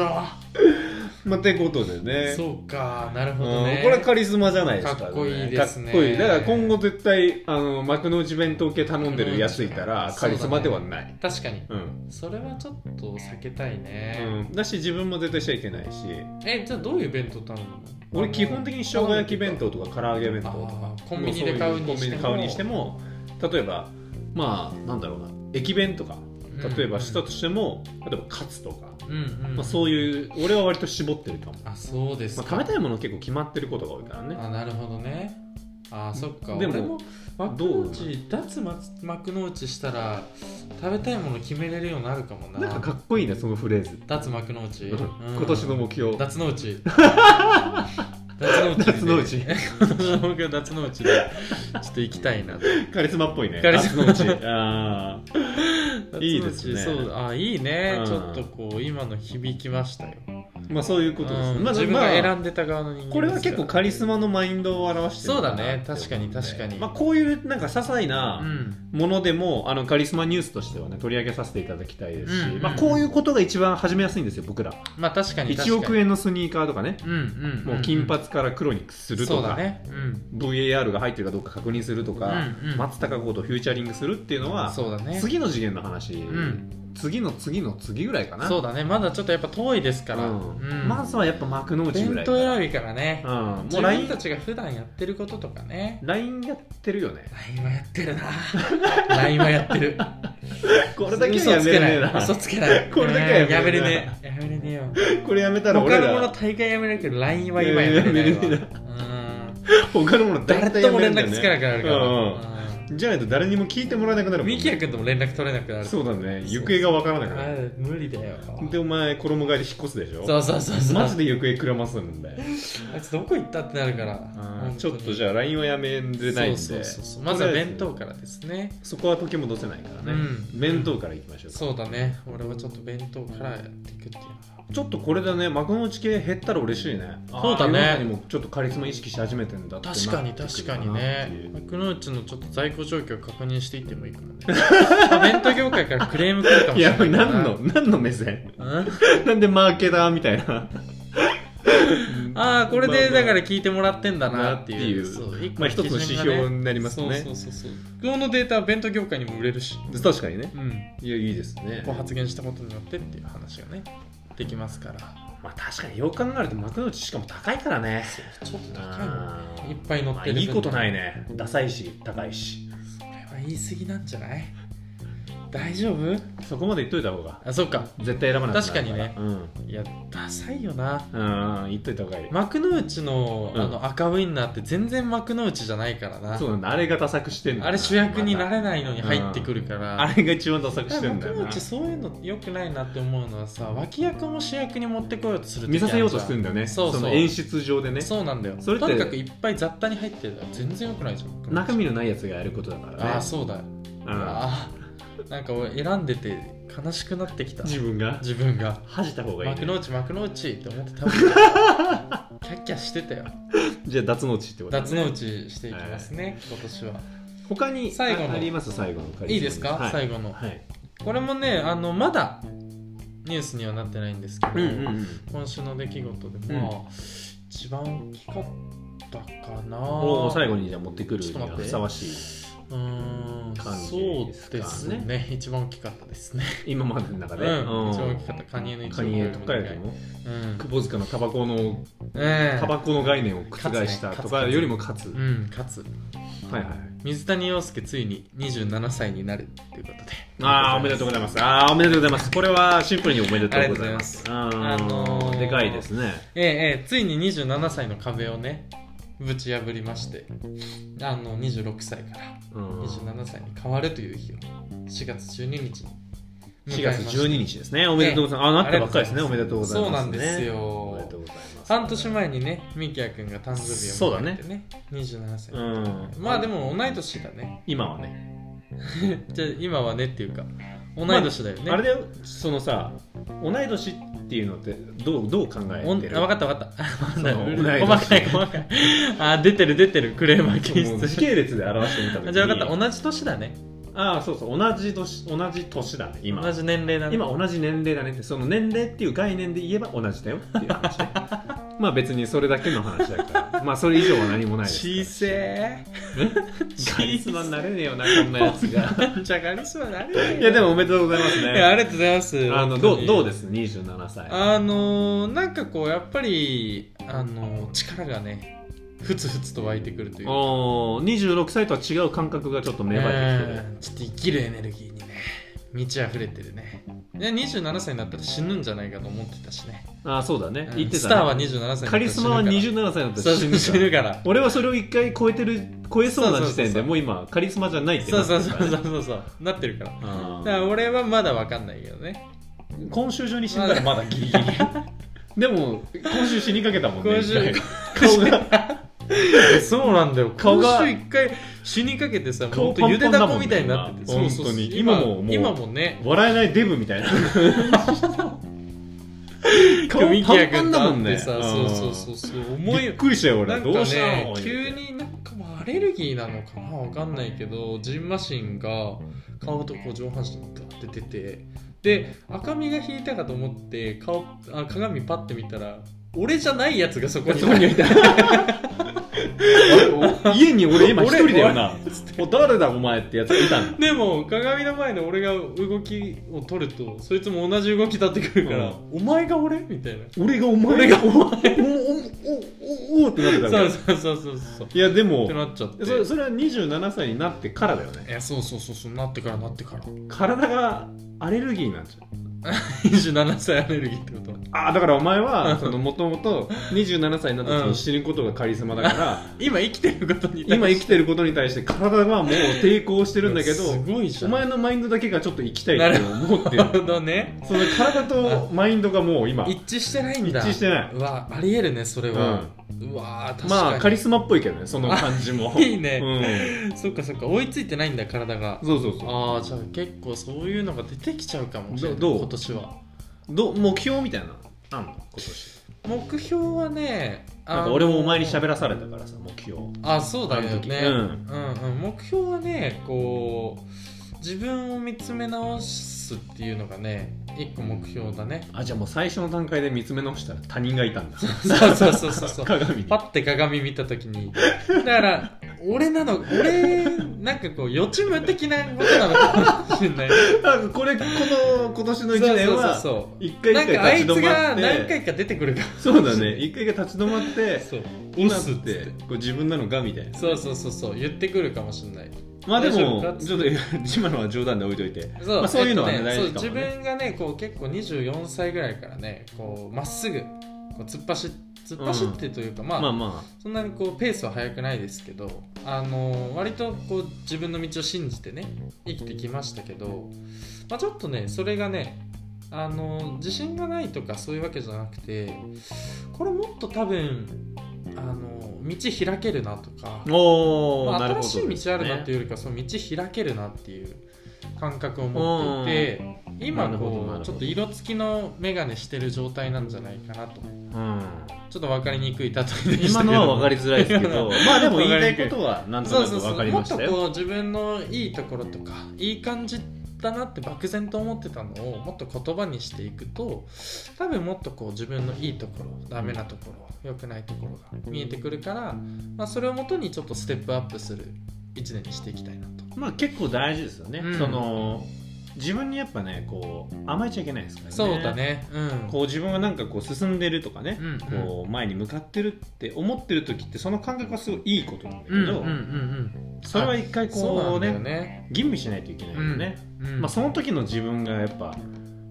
Speaker 2: まあてことでね
Speaker 1: そうかなるほど
Speaker 2: う
Speaker 1: ね
Speaker 2: んこれカリスマじゃないですか、
Speaker 1: かっこいいですね
Speaker 2: かっこいいだから今後絶対あの幕の内弁当系頼んでるやついたらカリスマではない、
Speaker 1: 確かに
Speaker 2: うん
Speaker 1: それはちょっと避けたいね、
Speaker 2: うん、だし自分も絶対しちゃいけないし
Speaker 1: えじゃあどういう弁当頼むの
Speaker 2: 俺基本的に生姜焼き弁当とか唐揚げ弁当と
Speaker 1: あ
Speaker 2: か
Speaker 1: ーコンビニで買うにしても
Speaker 2: コンビニで買うにしても例えばまあなんだろうな駅弁とか
Speaker 1: うん
Speaker 2: 例えばしたとしても、例えばカツとか、
Speaker 1: うんうん
Speaker 2: まあ、そういう俺は割と絞ってるかも、
Speaker 1: あそうです
Speaker 2: まあ、
Speaker 1: か、
Speaker 2: 食べたいもの結構決まってることが多いからね
Speaker 1: あなるほどねあそっかで
Speaker 2: でも
Speaker 1: も俺も幕
Speaker 2: ど
Speaker 1: の
Speaker 2: う
Speaker 1: 内脱幕の内したら食べたいもの決めれるようになるかもな
Speaker 2: なんかかっこいいねそのフレーズ、
Speaker 1: 脱幕の内、うん
Speaker 2: 今年の目標
Speaker 1: 脱の
Speaker 2: [LAUGHS]
Speaker 1: 内脱の内
Speaker 2: 夏の
Speaker 1: [LAUGHS]
Speaker 2: うち
Speaker 1: 今年の目標脱の内でちょっと行きたいなと
Speaker 2: カリスマっぽいね
Speaker 1: カリスマ
Speaker 2: 夏のうちあーいいですね
Speaker 1: 脱の内そうあいいね、
Speaker 2: うん
Speaker 1: ちょっとこう今の響きましたよ
Speaker 2: まあそういうことです、
Speaker 1: うん
Speaker 2: まあ
Speaker 1: 自分が
Speaker 2: まあ
Speaker 1: 選んでた側の人間ですよ
Speaker 2: これは結構カリスマのマインドを表してるのか
Speaker 1: そ
Speaker 2: な
Speaker 1: うだね
Speaker 2: って思
Speaker 1: 確かに確かに
Speaker 2: まあ、こういうなんか些細
Speaker 1: う
Speaker 2: なんものでも、あのカリスマニュースとしてはね取り上げさせていただきたいですし、
Speaker 1: うん
Speaker 2: まあ、こういうことが一番始めやすいんですよ僕ら
Speaker 1: まあ確かに確かに
Speaker 2: 1億円のスニーカーとかね
Speaker 1: うんうんん
Speaker 2: もう金髪から黒にすると
Speaker 1: そうだ
Speaker 2: か、
Speaker 1: ね、うん、
Speaker 2: VAR が入ってるかどうか確認するとか、
Speaker 1: うんうん
Speaker 2: 松たか子とフューチャリングするっていうのは
Speaker 1: そうだね
Speaker 2: 次の次元の話、
Speaker 1: ん
Speaker 2: 次の次の次ぐらいかな
Speaker 1: そうだねまだちょっとやっぱ遠いですから、
Speaker 2: う
Speaker 1: う
Speaker 2: ん
Speaker 1: ん
Speaker 2: まずはやっぱ幕の内ぐ
Speaker 1: 弁
Speaker 2: らい
Speaker 1: 当選
Speaker 2: び
Speaker 1: びからね
Speaker 2: う、ん、も
Speaker 1: 自
Speaker 2: う
Speaker 1: 分
Speaker 2: LINE,
Speaker 1: たちが普段やってることとかね
Speaker 2: LINE やってるよね
Speaker 1: LINE はやって
Speaker 2: [LAUGHS]
Speaker 1: るな LINE はやってる
Speaker 2: こ
Speaker 1: 嘘つけない嘘つけない
Speaker 2: [LAUGHS] これだけはや
Speaker 1: や
Speaker 2: め
Speaker 1: め
Speaker 2: れ
Speaker 1: れ
Speaker 2: ね
Speaker 1: ねえやめれねえよ
Speaker 2: これやめたら俺
Speaker 1: 他のも
Speaker 2: ら
Speaker 1: の大概やめれるけど LINE は今やめれない
Speaker 2: やめ
Speaker 1: わ
Speaker 2: れね
Speaker 1: うん
Speaker 2: 他のもの
Speaker 1: 誰
Speaker 2: 大体
Speaker 1: と
Speaker 2: や
Speaker 1: も
Speaker 2: める
Speaker 1: 連
Speaker 2: ん
Speaker 1: 絡
Speaker 2: だよね
Speaker 1: つかなくなるから
Speaker 2: うんうんじゃないと誰にも聞いてもらえなくなる
Speaker 1: うん
Speaker 2: もん
Speaker 1: ミキヤ君とも連絡取れなくなる
Speaker 2: そうだね行方がわからなくな
Speaker 1: あ
Speaker 2: る
Speaker 1: 無理だよ
Speaker 2: でお前衣替えで引っ越すでしょ
Speaker 1: そうそうそうそう
Speaker 2: マジで行方くらますんだよ
Speaker 1: あいつどこ行ったってなるから
Speaker 2: うんちょっとじ
Speaker 1: ゃ
Speaker 2: ゃあ LINE はやめれないんで
Speaker 1: そうそうそうそうまずは弁当からですね
Speaker 2: そこは時も戻せないからね、
Speaker 1: うん
Speaker 2: 弁当からいきましょうか
Speaker 1: そうだね俺はちょっと弁当からやっていくっていうのは
Speaker 2: ちょっとこれだね幕の内系減ったら嬉しいね
Speaker 1: そうだね
Speaker 2: あー世の中にもちょっとカリスマ意識し始めてんだってなって
Speaker 1: 確
Speaker 2: くる
Speaker 1: かに
Speaker 2: な
Speaker 1: 確か
Speaker 2: っ
Speaker 1: に
Speaker 2: てい
Speaker 1: ね
Speaker 2: う
Speaker 1: 幕の内のちょっと在庫状況確認していってもいいかもね [LAUGHS] まあ弁当業界からクレーム来るかも
Speaker 2: い
Speaker 1: しれ
Speaker 2: や
Speaker 1: ないから
Speaker 2: 何の何の目線
Speaker 1: うん
Speaker 2: なんでマーケターみたいな
Speaker 1: [LAUGHS] ああこれで
Speaker 2: まあまあ
Speaker 1: だから聞いてもらってんだなっていう,
Speaker 2: なって
Speaker 1: そ、
Speaker 2: いうまあ一つの指標になり
Speaker 1: り
Speaker 2: ますね
Speaker 1: そうそうそうそうこのデータは弁当業界にも売れるし、
Speaker 2: 確かにね
Speaker 1: うん、
Speaker 2: いやいいですね
Speaker 1: こう発言したことによってっていう話がねできますから
Speaker 2: まあ確かによく考えると幕の内しかも高いからね
Speaker 1: ちょっと高いもんね
Speaker 2: あ
Speaker 1: い
Speaker 2: ー
Speaker 1: っぱい乗
Speaker 2: ま
Speaker 1: っ
Speaker 2: あ
Speaker 1: てる分
Speaker 2: いいことないねダサいし高いし
Speaker 1: これは言い過ぎなんじゃない大丈夫
Speaker 2: そこまで言っといた方が
Speaker 1: あそうか
Speaker 2: 絶対選ばない
Speaker 1: 確かにね
Speaker 2: うん
Speaker 1: いやダサいよな
Speaker 2: うんうん言っといた方がいい
Speaker 1: 幕の内の,、
Speaker 2: うん
Speaker 1: あの赤ウインナーって全然幕の内じゃないからな
Speaker 2: そうなんだあれがダサくしてんだ
Speaker 1: あれ主役にな
Speaker 2: ま
Speaker 1: れないのに入ってくるから、
Speaker 2: たあれが一番ダサくしてんだ
Speaker 1: 幕の
Speaker 2: よな
Speaker 1: 内そういうの良くないなって思うのはさ脇役も主役に持ってこようとする時
Speaker 2: 見させようとして
Speaker 1: あ
Speaker 2: る
Speaker 1: る
Speaker 2: んだよね
Speaker 1: そうそう
Speaker 2: の演出上でね
Speaker 1: じゃんそうなんだよ
Speaker 2: それって
Speaker 1: とにかくいっぱい雑多に入ってるから全然良くないじゃん
Speaker 2: 中身のないやつがやることだからね
Speaker 1: ああそうだ、
Speaker 2: うん
Speaker 1: ああなんか俺選んでて悲しくなってきた
Speaker 2: 自分が
Speaker 1: 自分が
Speaker 2: 恥じた方がいい、
Speaker 1: 幕
Speaker 2: ね
Speaker 1: の、内幕の内って思ってたキャッキャしてたよ
Speaker 2: じゃあ脱の内ってことだ
Speaker 1: 脱
Speaker 2: ね
Speaker 1: の内していきますね、今年は
Speaker 2: 他に
Speaker 1: 最後の
Speaker 2: ああります最後のカリスマ
Speaker 1: いいですか、
Speaker 2: はい、
Speaker 1: 最後の
Speaker 2: はい
Speaker 1: これもねあのまだニュースにはなってないんですけど、
Speaker 2: うん
Speaker 1: 今週の出来事でまあ、一番大きかったかな
Speaker 2: おー最後にじゃあ持ってくる
Speaker 1: ちょっ
Speaker 2: に
Speaker 1: と
Speaker 2: は
Speaker 1: 待って
Speaker 2: ふさわしいう
Speaker 1: ーん
Speaker 2: 感
Speaker 1: そ
Speaker 2: じ
Speaker 1: う
Speaker 2: ですかね
Speaker 1: ですね一番大きかったですね
Speaker 2: 今までの中
Speaker 1: うん
Speaker 2: で、
Speaker 1: 一番大きかったカニエの一
Speaker 2: カニエとかよりも
Speaker 1: うん
Speaker 2: 窪塚のタバコの
Speaker 1: ええ
Speaker 2: タバコの概念を覆したとかよりも勝つ、
Speaker 1: うん勝つ
Speaker 2: はいはい
Speaker 1: 水谷陽介ついに27歳になるということで
Speaker 2: ああおめでとうございますああおめでとうございますこれはシンプルにおめでとうございますあ
Speaker 1: ありがとうございます
Speaker 2: ー
Speaker 1: あのー
Speaker 2: でかいですね
Speaker 1: ええええついに27歳の壁をねぶち破りましてあの26歳から
Speaker 2: うん
Speaker 1: 27歳に変わるという日を4月12日に
Speaker 2: 4月12日ですねおめでとうございますあなったばっかりですねおめでとうございます、
Speaker 1: そう
Speaker 2: ね、
Speaker 1: なんですよ
Speaker 2: おめでとうございます
Speaker 1: 半年前にねみきやくんが誕生日を迎えてね27歳、
Speaker 2: うん
Speaker 1: まあでも同い年だね
Speaker 2: 今はね
Speaker 1: じゃあ今はねっていうか同い年だよね、
Speaker 2: あれだよそのさ同い年っていうのってどうどう考え
Speaker 1: おんあ
Speaker 2: て
Speaker 1: 分
Speaker 2: る
Speaker 1: かった分かった [LAUGHS]
Speaker 2: そう同い年
Speaker 1: 細かい細かいあー出てる出てるクレーマー検
Speaker 2: もう [LAUGHS] 時
Speaker 1: 出
Speaker 2: 系列で表してみた時に
Speaker 1: じゃあ分かった同じ年だね
Speaker 2: ああそうそう同じ年同じ年だね今
Speaker 1: 同じ年齢だね
Speaker 2: 今同じ年齢だねってその年齢っていう概念で言えば同じだよっていう話ね [LAUGHS] まあ別にそれだけの話だからまあそれ以上は何もないです
Speaker 1: [LAUGHS] 小
Speaker 2: から
Speaker 1: せ [LAUGHS]
Speaker 2: [LAUGHS]
Speaker 1: ー
Speaker 2: カリスマになれねえよなこんなやつが
Speaker 1: じゃあカリスマになれよ
Speaker 2: いやでもおめでとうございます
Speaker 1: いやあ
Speaker 2: ね
Speaker 1: りがとうございます
Speaker 2: あのどうどうですす27歳
Speaker 1: あのーなんかこうやっぱりあのー力がねふつふつと湧いてくるというか
Speaker 2: おー26歳とは違う感覚がちょっと芽生えてきてる、
Speaker 1: うんちょっと生きるエネルギーにね満ち溢れてるねで27歳になったら死ぬんじゃないかと思ってたしね
Speaker 2: ああそうだね、
Speaker 1: うん
Speaker 2: 言ってた、ね、
Speaker 1: スターは27歳になったら
Speaker 2: カリスマは
Speaker 1: 死ぬ
Speaker 2: 27歳だ
Speaker 1: か
Speaker 2: った
Speaker 1: らそ
Speaker 2: ら
Speaker 1: う
Speaker 2: 死
Speaker 1: 死
Speaker 2: ぬ
Speaker 1: ぬ
Speaker 2: から
Speaker 1: から
Speaker 2: 俺はそれを一回超えてる超えそうな
Speaker 1: そ
Speaker 2: 時
Speaker 1: うそう
Speaker 2: 点
Speaker 1: そ
Speaker 2: で
Speaker 1: う
Speaker 2: もう今カリスマじゃないって
Speaker 1: そ
Speaker 2: な
Speaker 1: う
Speaker 2: って
Speaker 1: そう
Speaker 2: る
Speaker 1: そ
Speaker 2: か
Speaker 1: う
Speaker 2: ら
Speaker 1: そう
Speaker 2: ね
Speaker 1: そうそうなってるからだ
Speaker 2: あ
Speaker 1: から
Speaker 2: ー
Speaker 1: 俺はまだわかんないけどね
Speaker 2: 今週中に死んだらまだギリギリでも今週死にかけたもんね
Speaker 1: 今週
Speaker 2: 一回顔が
Speaker 1: そうなんだよ
Speaker 2: 顔が
Speaker 1: 今週一回死にかけてさ
Speaker 2: 顔
Speaker 1: ほんとゆでだこみたいに
Speaker 2: パ
Speaker 1: な
Speaker 2: ンパ
Speaker 1: っ
Speaker 2: ン
Speaker 1: て
Speaker 2: だ
Speaker 1: て
Speaker 2: もんね
Speaker 1: そうそう
Speaker 2: 本当に
Speaker 1: そう
Speaker 2: 今ももう
Speaker 1: 今もね
Speaker 2: 笑えないデブみたいな顔
Speaker 1: 今日ミキ
Speaker 2: パ
Speaker 1: ヤ
Speaker 2: ンパン
Speaker 1: 君
Speaker 2: だ
Speaker 1: と会
Speaker 2: もん
Speaker 1: って
Speaker 2: ね
Speaker 1: さ、
Speaker 2: う
Speaker 1: そ
Speaker 2: ん
Speaker 1: うそうそうそう思
Speaker 2: び
Speaker 1: い
Speaker 2: っくりしたよ俺、
Speaker 1: なんか
Speaker 2: どうした
Speaker 1: ね
Speaker 2: の
Speaker 1: 急になんかもうアレルギーなのかなわかんないけどジンマシンが顔とこう上半身にガって出てで赤みが引いたかと思って顔あ鏡パッて見たら俺じゃないやつがそこに
Speaker 2: そこに
Speaker 1: [LAUGHS]
Speaker 2: いた俺家に俺今一人だよなお誰だお前ってやつがいたの
Speaker 1: でも鏡の前で俺が動きを取るとそいつも同じ動き立ってくるから、
Speaker 2: うん
Speaker 1: お前が俺みたいな
Speaker 2: 俺がお前俺がお前おおおおおってなってたわけ
Speaker 1: そうそうそうそうそうっ
Speaker 2: いやでも
Speaker 1: てなっちゃって
Speaker 2: それそれは27歳になってからだよね
Speaker 1: いやそうそうそうそうなってからなってから
Speaker 2: 体がアレルギーになっちゃう
Speaker 1: 27歳アレルギーってこと
Speaker 2: ああだからお前はもともと27歳になった時に死ぬことがカリスマ
Speaker 1: [LAUGHS]
Speaker 2: だから、
Speaker 1: 今生きてることに対して
Speaker 2: 今生きてることに対して体はもう抵抗してるんだけど
Speaker 1: すごいじ
Speaker 2: お
Speaker 1: ゃん
Speaker 2: 前のマインドだけがちょっと生きたいって思ってる
Speaker 1: なるほどね
Speaker 2: [LAUGHS] その体とマインドがもう今
Speaker 1: 一致してないんだ
Speaker 2: 一致してないう
Speaker 1: わありえるねそれは、うわ確かに
Speaker 2: まあカリスマっぽいけどねその感じも
Speaker 1: [LAUGHS] いいね、
Speaker 2: う
Speaker 1: そっかそっか追いついてないんだ体が
Speaker 2: ん、そうそうそう
Speaker 1: ああじゃあ結構そういうのが出てきちゃうかもしれない
Speaker 2: どどう
Speaker 1: 今年は
Speaker 2: ど目標みたいなのあんの今年
Speaker 1: 目標はね
Speaker 2: なんか俺もお前に喋らされたからさ目標
Speaker 1: あそうだよね、
Speaker 2: あ
Speaker 1: う
Speaker 2: の
Speaker 1: んうん、目標はねこう自分を見つめ直すっていうのがね一個目標だ
Speaker 2: [LAUGHS]
Speaker 1: ね
Speaker 2: あじゃあもう最初の段階で見つめ直したら他人がいたんだ
Speaker 1: そうそうそうそうそう
Speaker 2: 鏡に
Speaker 1: パッて鏡見た時にだから俺なの俺なんかこう予知夢的なことなのかもしれない
Speaker 2: あこれこの今年の1年は
Speaker 1: そう
Speaker 2: 一
Speaker 1: そうそう
Speaker 2: 回
Speaker 1: なん
Speaker 2: 一
Speaker 1: かあ
Speaker 2: 回
Speaker 1: いつ
Speaker 2: 立ち止ま
Speaker 1: が
Speaker 2: っ
Speaker 1: 何
Speaker 2: て
Speaker 1: 回か出てくるか
Speaker 2: そうだね一回一回立ち止まっ
Speaker 1: ら
Speaker 2: て
Speaker 1: そう
Speaker 2: 今
Speaker 1: [LAUGHS] 押すっ
Speaker 2: っ
Speaker 1: つって
Speaker 2: てこう自分なのかみたいな
Speaker 1: そうそうそうそう言ってくるかもしれない
Speaker 2: まあで
Speaker 1: 大丈夫
Speaker 2: も
Speaker 1: かっつ
Speaker 2: ちょっといや [LAUGHS] 今のは冗談で置いといて
Speaker 1: そう,、
Speaker 2: まあそういうのは
Speaker 1: え
Speaker 2: ね
Speaker 1: っと
Speaker 2: 大事か
Speaker 1: そう
Speaker 2: もね
Speaker 1: 自分がねこう結構24歳ぐらいからねこうまっすぐこう突っ走っ突っ走ってというか、まあ、
Speaker 2: まあま
Speaker 1: そんなにこうペースは速くないですけど、あの割とこう自分の道を信じてね生きてきましたけど、まあ、ちょっとねそれがね、あの自信がないとかそういうわけじゃなくてこれもっと多分、あの道開けるなとか
Speaker 2: あ、おお、
Speaker 1: まあ
Speaker 2: なるほ
Speaker 1: 新
Speaker 2: ど
Speaker 1: しい道あるなっていう
Speaker 2: う
Speaker 1: よりかその道開けるなっていう感覚を持っていて今
Speaker 2: なるほどなる
Speaker 1: こ
Speaker 2: ほ
Speaker 1: う
Speaker 2: ど
Speaker 1: ちょっと色付きの眼鏡してる状態なんじゃないかなと
Speaker 2: ん、
Speaker 1: ちょっと分かりにくい例えでしたけど
Speaker 2: 今のは分かりづらいです
Speaker 1: [LAUGHS]
Speaker 2: けどまあでも言いたいことはなんと
Speaker 1: そう
Speaker 2: な
Speaker 1: そ
Speaker 2: く
Speaker 1: うそう
Speaker 2: 分かりましたよ
Speaker 1: もっとこう自分のいいところとかいい感じだなって漠然と思ってたのをもっと言葉にしていくと多分もっとこう自分のいいところダメなところ良くないところが見えてくるから、まあ、それをもとにちょっとステップアップする一年にしていきたいなと。
Speaker 2: まあ結構大事ですよね、
Speaker 1: うん
Speaker 2: その自分にやっぱねこう甘えちゃいけないですからね
Speaker 1: そうだね。うん。
Speaker 2: こう自分がなんかこう進んでるとかね、
Speaker 1: うんうん
Speaker 2: こう前に向かってるって思ってる時ってその感覚はすごいいいことなんだけ
Speaker 1: う
Speaker 2: ど、
Speaker 1: んうんうんうん。
Speaker 2: それは一回
Speaker 1: そ
Speaker 2: こ
Speaker 1: うなんだ
Speaker 2: うね
Speaker 1: よね。
Speaker 2: 吟味しないといけないよね、
Speaker 1: うん
Speaker 2: まあ、その時の自分がやっぱ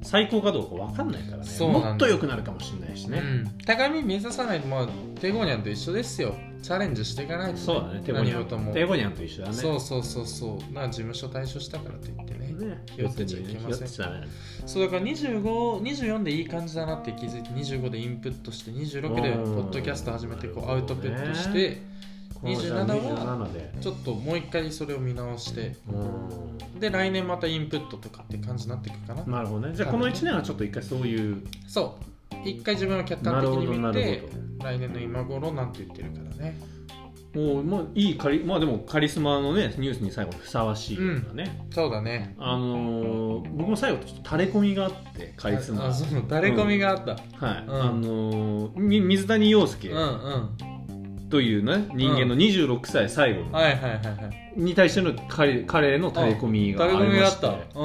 Speaker 2: 最高かどうか分かんないからね
Speaker 1: そうなんだ
Speaker 2: もっと良くなるかもしれないしね、
Speaker 1: うん、高み目指さないと、まあ、テゴニャンと一緒ですよ。チャレンジしていかないと、
Speaker 2: そうだねテゴニ
Speaker 1: 何事
Speaker 2: ャ
Speaker 1: も
Speaker 2: ンテゴニャンと一緒だね
Speaker 1: そうそうそうそうまあ事務所退所したからといってね
Speaker 2: ね
Speaker 1: 気をつけちゃいけません
Speaker 2: 気をつけちゃダメだね
Speaker 1: そうだから2524でいい感じだなって気づいて25でインプットして26で
Speaker 2: うん
Speaker 1: ポッドキャスト始めてこうアウトプットし
Speaker 2: な
Speaker 1: て
Speaker 2: じゃ
Speaker 1: 27
Speaker 2: あ
Speaker 1: は
Speaker 2: 27で
Speaker 1: ちょっともう一回それを見直して
Speaker 2: うん
Speaker 1: で来年またインプットとかって感じになっていくかな
Speaker 2: なるほどねじゃあこの1年はちょっと一回そういう
Speaker 1: そう一回自分を客
Speaker 2: な
Speaker 1: 観
Speaker 2: る
Speaker 1: 的
Speaker 2: ほ
Speaker 1: に
Speaker 2: ど
Speaker 1: 見
Speaker 2: なる
Speaker 1: て来年の今頃なんて言ってるからね
Speaker 2: ほどもう、まあ、いいカリまあでもカリスマのねニュースに最後ふさわしいようなね、
Speaker 1: そうだね
Speaker 2: あのー僕も最後ちょっと垂れ込みがあってカリスマ
Speaker 1: あ
Speaker 2: は
Speaker 1: そ
Speaker 2: い、
Speaker 1: う垂れ込みがあった、うん
Speaker 2: あのーみ水谷陽介
Speaker 1: うん、うん
Speaker 2: というね人間の26歳最後の
Speaker 1: はいはいはいはい
Speaker 2: に対しての彼彼の垂れ込みが
Speaker 1: 垂
Speaker 2: あ
Speaker 1: れ
Speaker 2: り
Speaker 1: 込み
Speaker 2: ま
Speaker 1: があ
Speaker 2: し
Speaker 1: った
Speaker 2: て
Speaker 1: うん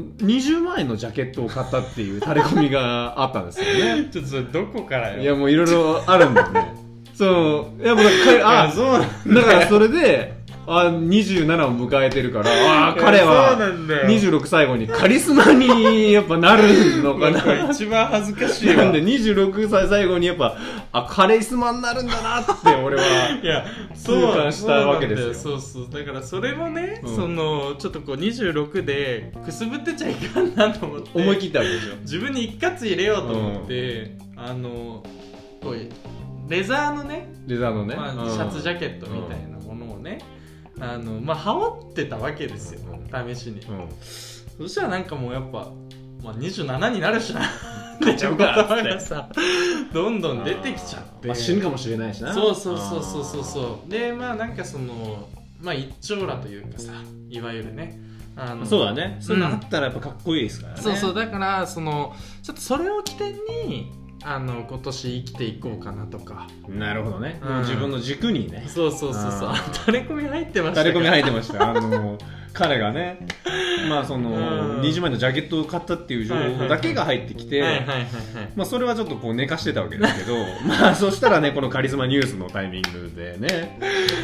Speaker 1: うん
Speaker 2: 20万円のジャケットを買ったっていう垂れ込みがあったんですよ
Speaker 1: [LAUGHS]
Speaker 2: ね
Speaker 1: ちょっとそれどこからよ
Speaker 2: いやもういろいろあるんだよ
Speaker 1: [LAUGHS]
Speaker 2: ねそういやもう彼
Speaker 1: あ
Speaker 2: あ
Speaker 1: そうなん
Speaker 2: だからそれであ27を迎えてるからあー彼
Speaker 1: そう
Speaker 2: は
Speaker 1: なんだよ
Speaker 2: 26最後にカリスマにやっぱなるのかな
Speaker 1: これ一番恥ずかしいわ
Speaker 2: なんで26歳最後にやっぱあカリスマになるんだな [LAUGHS] って俺はい
Speaker 1: や
Speaker 2: 痛感したわけですよ
Speaker 1: そうそうだからそれもね、
Speaker 2: うん
Speaker 1: そのちょっとこう26でくすぶってちゃいかんなと思って
Speaker 2: 思い切ったわけでしょ
Speaker 1: 自分に一括入れようと思って、あのこういうレザーのね、
Speaker 2: レザーのね、
Speaker 1: まあ、シャツジャケットみたいなものをね、あのまあ羽織ってたわけですよ試しに、
Speaker 2: うん
Speaker 1: そしたらなんかもうやっぱ、まあ、27になるし
Speaker 2: [LAUGHS]
Speaker 1: な
Speaker 2: 買っちゃうか
Speaker 1: っていう言葉がさどんどん出てきちゃって
Speaker 2: まあ、死ぬかもしれないしな
Speaker 1: そうそうそうそうそうそうでまあなんかそのまあ一長羅というかさいわゆるねあ
Speaker 2: あー
Speaker 1: の
Speaker 2: そうだねそれなったらやっぱかっこいいですからね、
Speaker 1: そうそうだからそのちょっとそれを起点にあの今年生きていこうかなとか
Speaker 2: なるほどね、
Speaker 1: うん
Speaker 2: もう自分の軸にね
Speaker 1: そうそうそうそう
Speaker 2: あ
Speaker 1: あ [LAUGHS] 垂れ込み入ってました
Speaker 2: 垂れ込み入
Speaker 1: っ
Speaker 2: ってましたあの彼がねまあその、
Speaker 1: うん
Speaker 2: 20枚のジャケットを買ったっていう情報だけが入ってきて、
Speaker 1: はいはいはいはい
Speaker 2: まあ、それはちょっとこう寝かしてたわけですけど [LAUGHS] まあそしたらねこのカリスマニュースのタイミングでね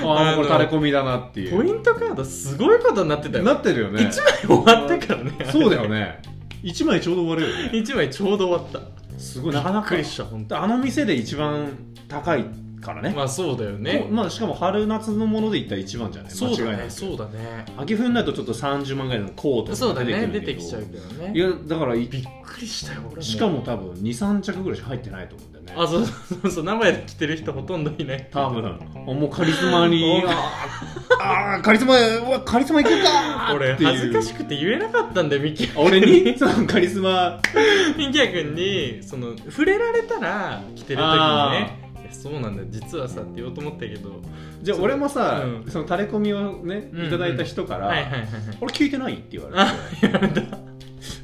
Speaker 2: ああこれ垂れ込みだなっていう
Speaker 1: ポイントカードすごいことになってたよ
Speaker 2: なってるよね
Speaker 1: 一枚終わってからね
Speaker 2: そうだ
Speaker 1: [LAUGHS]
Speaker 2: よね1枚ちょうど終わるよね
Speaker 1: 一枚ちょうど終わっ
Speaker 2: すごいなかな
Speaker 1: た
Speaker 2: か
Speaker 1: びっくりした本
Speaker 2: あの店で一番高いから
Speaker 1: 当
Speaker 2: ね
Speaker 1: まあそうだよ
Speaker 2: ね
Speaker 1: ね
Speaker 2: まあ、しかも春夏のもので言ったら一番じゃない
Speaker 1: そう
Speaker 2: 間
Speaker 1: だ
Speaker 2: 違いない
Speaker 1: ねそうだね
Speaker 2: 秋冬になるとちょっと30万ぐらいのコート
Speaker 1: そうだね
Speaker 2: ん
Speaker 1: 出
Speaker 2: けど
Speaker 1: てきちゃうけどね
Speaker 2: いやだからい
Speaker 1: びっくりしたよ俺も
Speaker 2: しかも多分23着ぐらいしか入ってないと思うんだよね
Speaker 1: あそうそうそうそう名前で来てる人ほとんどいない
Speaker 2: 多分もうカリスマ
Speaker 1: [LAUGHS]
Speaker 2: に
Speaker 1: お
Speaker 2: ああーカリスマうわカリスマいくか
Speaker 1: 俺
Speaker 2: っていう
Speaker 1: 恥ずかしくて言えなかったんだよミキヤ君
Speaker 2: 俺に [LAUGHS] そのカリスマ
Speaker 1: ミキヤ君にその触れられたら来てる時にねいやそうなんだよ実はさって言おうと思ったけど
Speaker 2: じゃあ俺もさ、
Speaker 1: うん
Speaker 2: そのタレコミをね
Speaker 1: うん
Speaker 2: いただいた人から、
Speaker 1: はいはいはいはい
Speaker 2: 俺聞いてないって言われて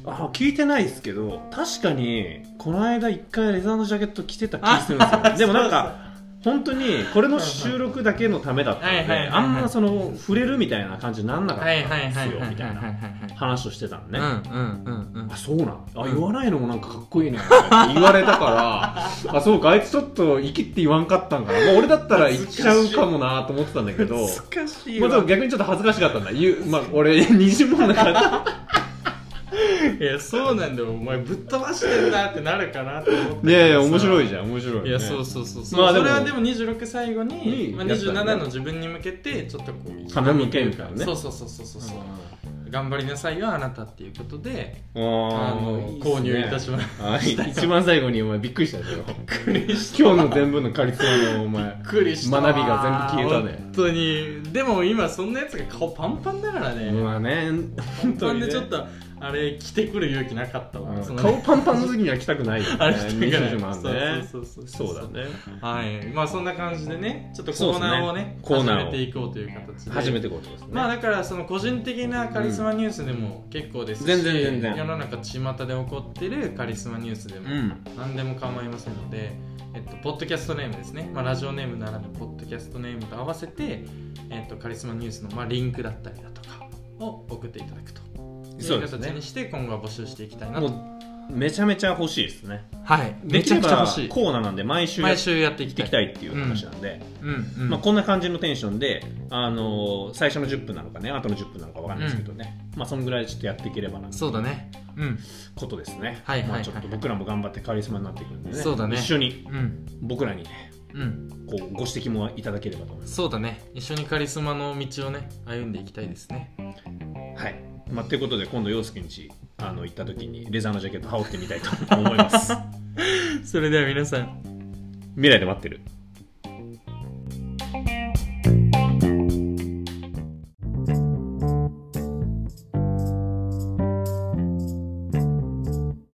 Speaker 2: あ聞いてないですけど確かにこの間一回レザーのジャケット着てた気するんですよでもなんか本当にこれの収録だけのためだったの
Speaker 1: はいはいはい
Speaker 2: で
Speaker 1: は
Speaker 2: あ
Speaker 1: い
Speaker 2: んまその触れるみたいな感じになんなかったん
Speaker 1: は
Speaker 2: で
Speaker 1: いはいは
Speaker 2: す
Speaker 1: いは
Speaker 2: よ
Speaker 1: い
Speaker 2: みたいな話をしてたのね、
Speaker 1: うんうんうん
Speaker 2: あそうなんあ、
Speaker 1: うん
Speaker 2: 言わないのもなんかかっこいいねって言われたからあそうかあいつちょっと生きって言わんかったんかな、まあ、俺だったら言っちゃうかもなと思ってたんだけど
Speaker 1: 難しい
Speaker 2: まあ、
Speaker 1: わ
Speaker 2: でも逆にちょっと恥ずかしかったんだ言う、まあ、俺にじもなかった [LAUGHS]
Speaker 1: いやそうなんだよお前ぶっ飛ばしてんなってなるかなって思って
Speaker 2: いやいや面白
Speaker 1: い
Speaker 2: いじゃん面白い、ね、
Speaker 1: いやそうそうそうそう、
Speaker 2: まあで
Speaker 1: そ
Speaker 2: も
Speaker 1: れはでも26歳後に、
Speaker 2: うん
Speaker 1: まあ、
Speaker 2: やったんだ
Speaker 1: 27の自分に向けてちょっとこう
Speaker 2: 花向けみたいなね
Speaker 1: そうそうそうそうそうそう、頑張りなさいよあなたっていうことで
Speaker 2: あ
Speaker 1: あ
Speaker 2: あ
Speaker 1: の購入いたしまし
Speaker 2: ました一番最後にお前びっくりしたでしょ
Speaker 1: たびっくりした
Speaker 2: [LAUGHS] 今日の全部のカリスマのお前
Speaker 1: びっくりした
Speaker 2: 学びが全部消えたね
Speaker 1: 本当にでも今そんなやつが顔パンパンだからね、
Speaker 2: [LAUGHS] まあね本
Speaker 1: パ
Speaker 2: 当
Speaker 1: ンパン
Speaker 2: に、ね、
Speaker 1: でちょっとあれ着てくる勇気なかったわ、
Speaker 2: うん
Speaker 1: そのね
Speaker 2: 顔パンパンの時には来たくないよね
Speaker 1: あれ着てく
Speaker 2: 二十
Speaker 1: る
Speaker 2: 時 [LAUGHS] もあんね
Speaker 1: そうそうそう
Speaker 2: そうだね
Speaker 1: はいまあそんな感じでねちょっとコーナーをね
Speaker 2: そうですねコーナーを
Speaker 1: 始めていこうという形で
Speaker 2: 初めてことですね
Speaker 1: まあだからその個人的なカリスマニュースでも結構ですし、
Speaker 2: 全然全然
Speaker 1: 世の中巷で起こってるカリスマニュースで
Speaker 2: う
Speaker 1: も
Speaker 2: ん
Speaker 1: 何でも構いませんので、えっと、ポッドキャストネームですね、まあ、ラジオネームならぬポッドキャストネームと合わせて、えっと、カリスマニュースの、まあ、リンクだったりだとかを送っていただくとい
Speaker 2: そう
Speaker 1: う
Speaker 2: です
Speaker 1: 形
Speaker 2: ね
Speaker 1: にして今後は募集していきたいな
Speaker 2: も
Speaker 1: と、
Speaker 2: うめちゃめちゃ欲しいですね
Speaker 1: はい、
Speaker 2: できれば
Speaker 1: しい
Speaker 2: コーナーなんで毎週や
Speaker 1: 毎
Speaker 2: っ
Speaker 1: 週やっていき
Speaker 2: て
Speaker 1: た
Speaker 2: い
Speaker 1: い
Speaker 2: きたいっていう話なんで、
Speaker 1: うんうん
Speaker 2: まあ、こんな感じのテンションで、あのー最初の10分なのかね後の10分なのかわかんないですけどね、まあそのぐらいちょっとやっていければなってい
Speaker 1: そうだねうん
Speaker 2: ことですね
Speaker 1: はいはいはい
Speaker 2: まあちょっと僕らも頑張ってカリスマになっていくんでね
Speaker 1: そうだね
Speaker 2: 一緒に
Speaker 1: うん
Speaker 2: 僕らにね
Speaker 1: うん
Speaker 2: こうご指摘もいただければと思います
Speaker 1: そうだね一緒にカリスマの道をね歩んでいきたいですね
Speaker 2: はいまあ、ということで今度陽介にちあの行った時にレザーのジ
Speaker 1: [LAUGHS]
Speaker 2: ャケット羽織ってみたいと思います
Speaker 1: それでは皆さん
Speaker 2: 未来で待ってる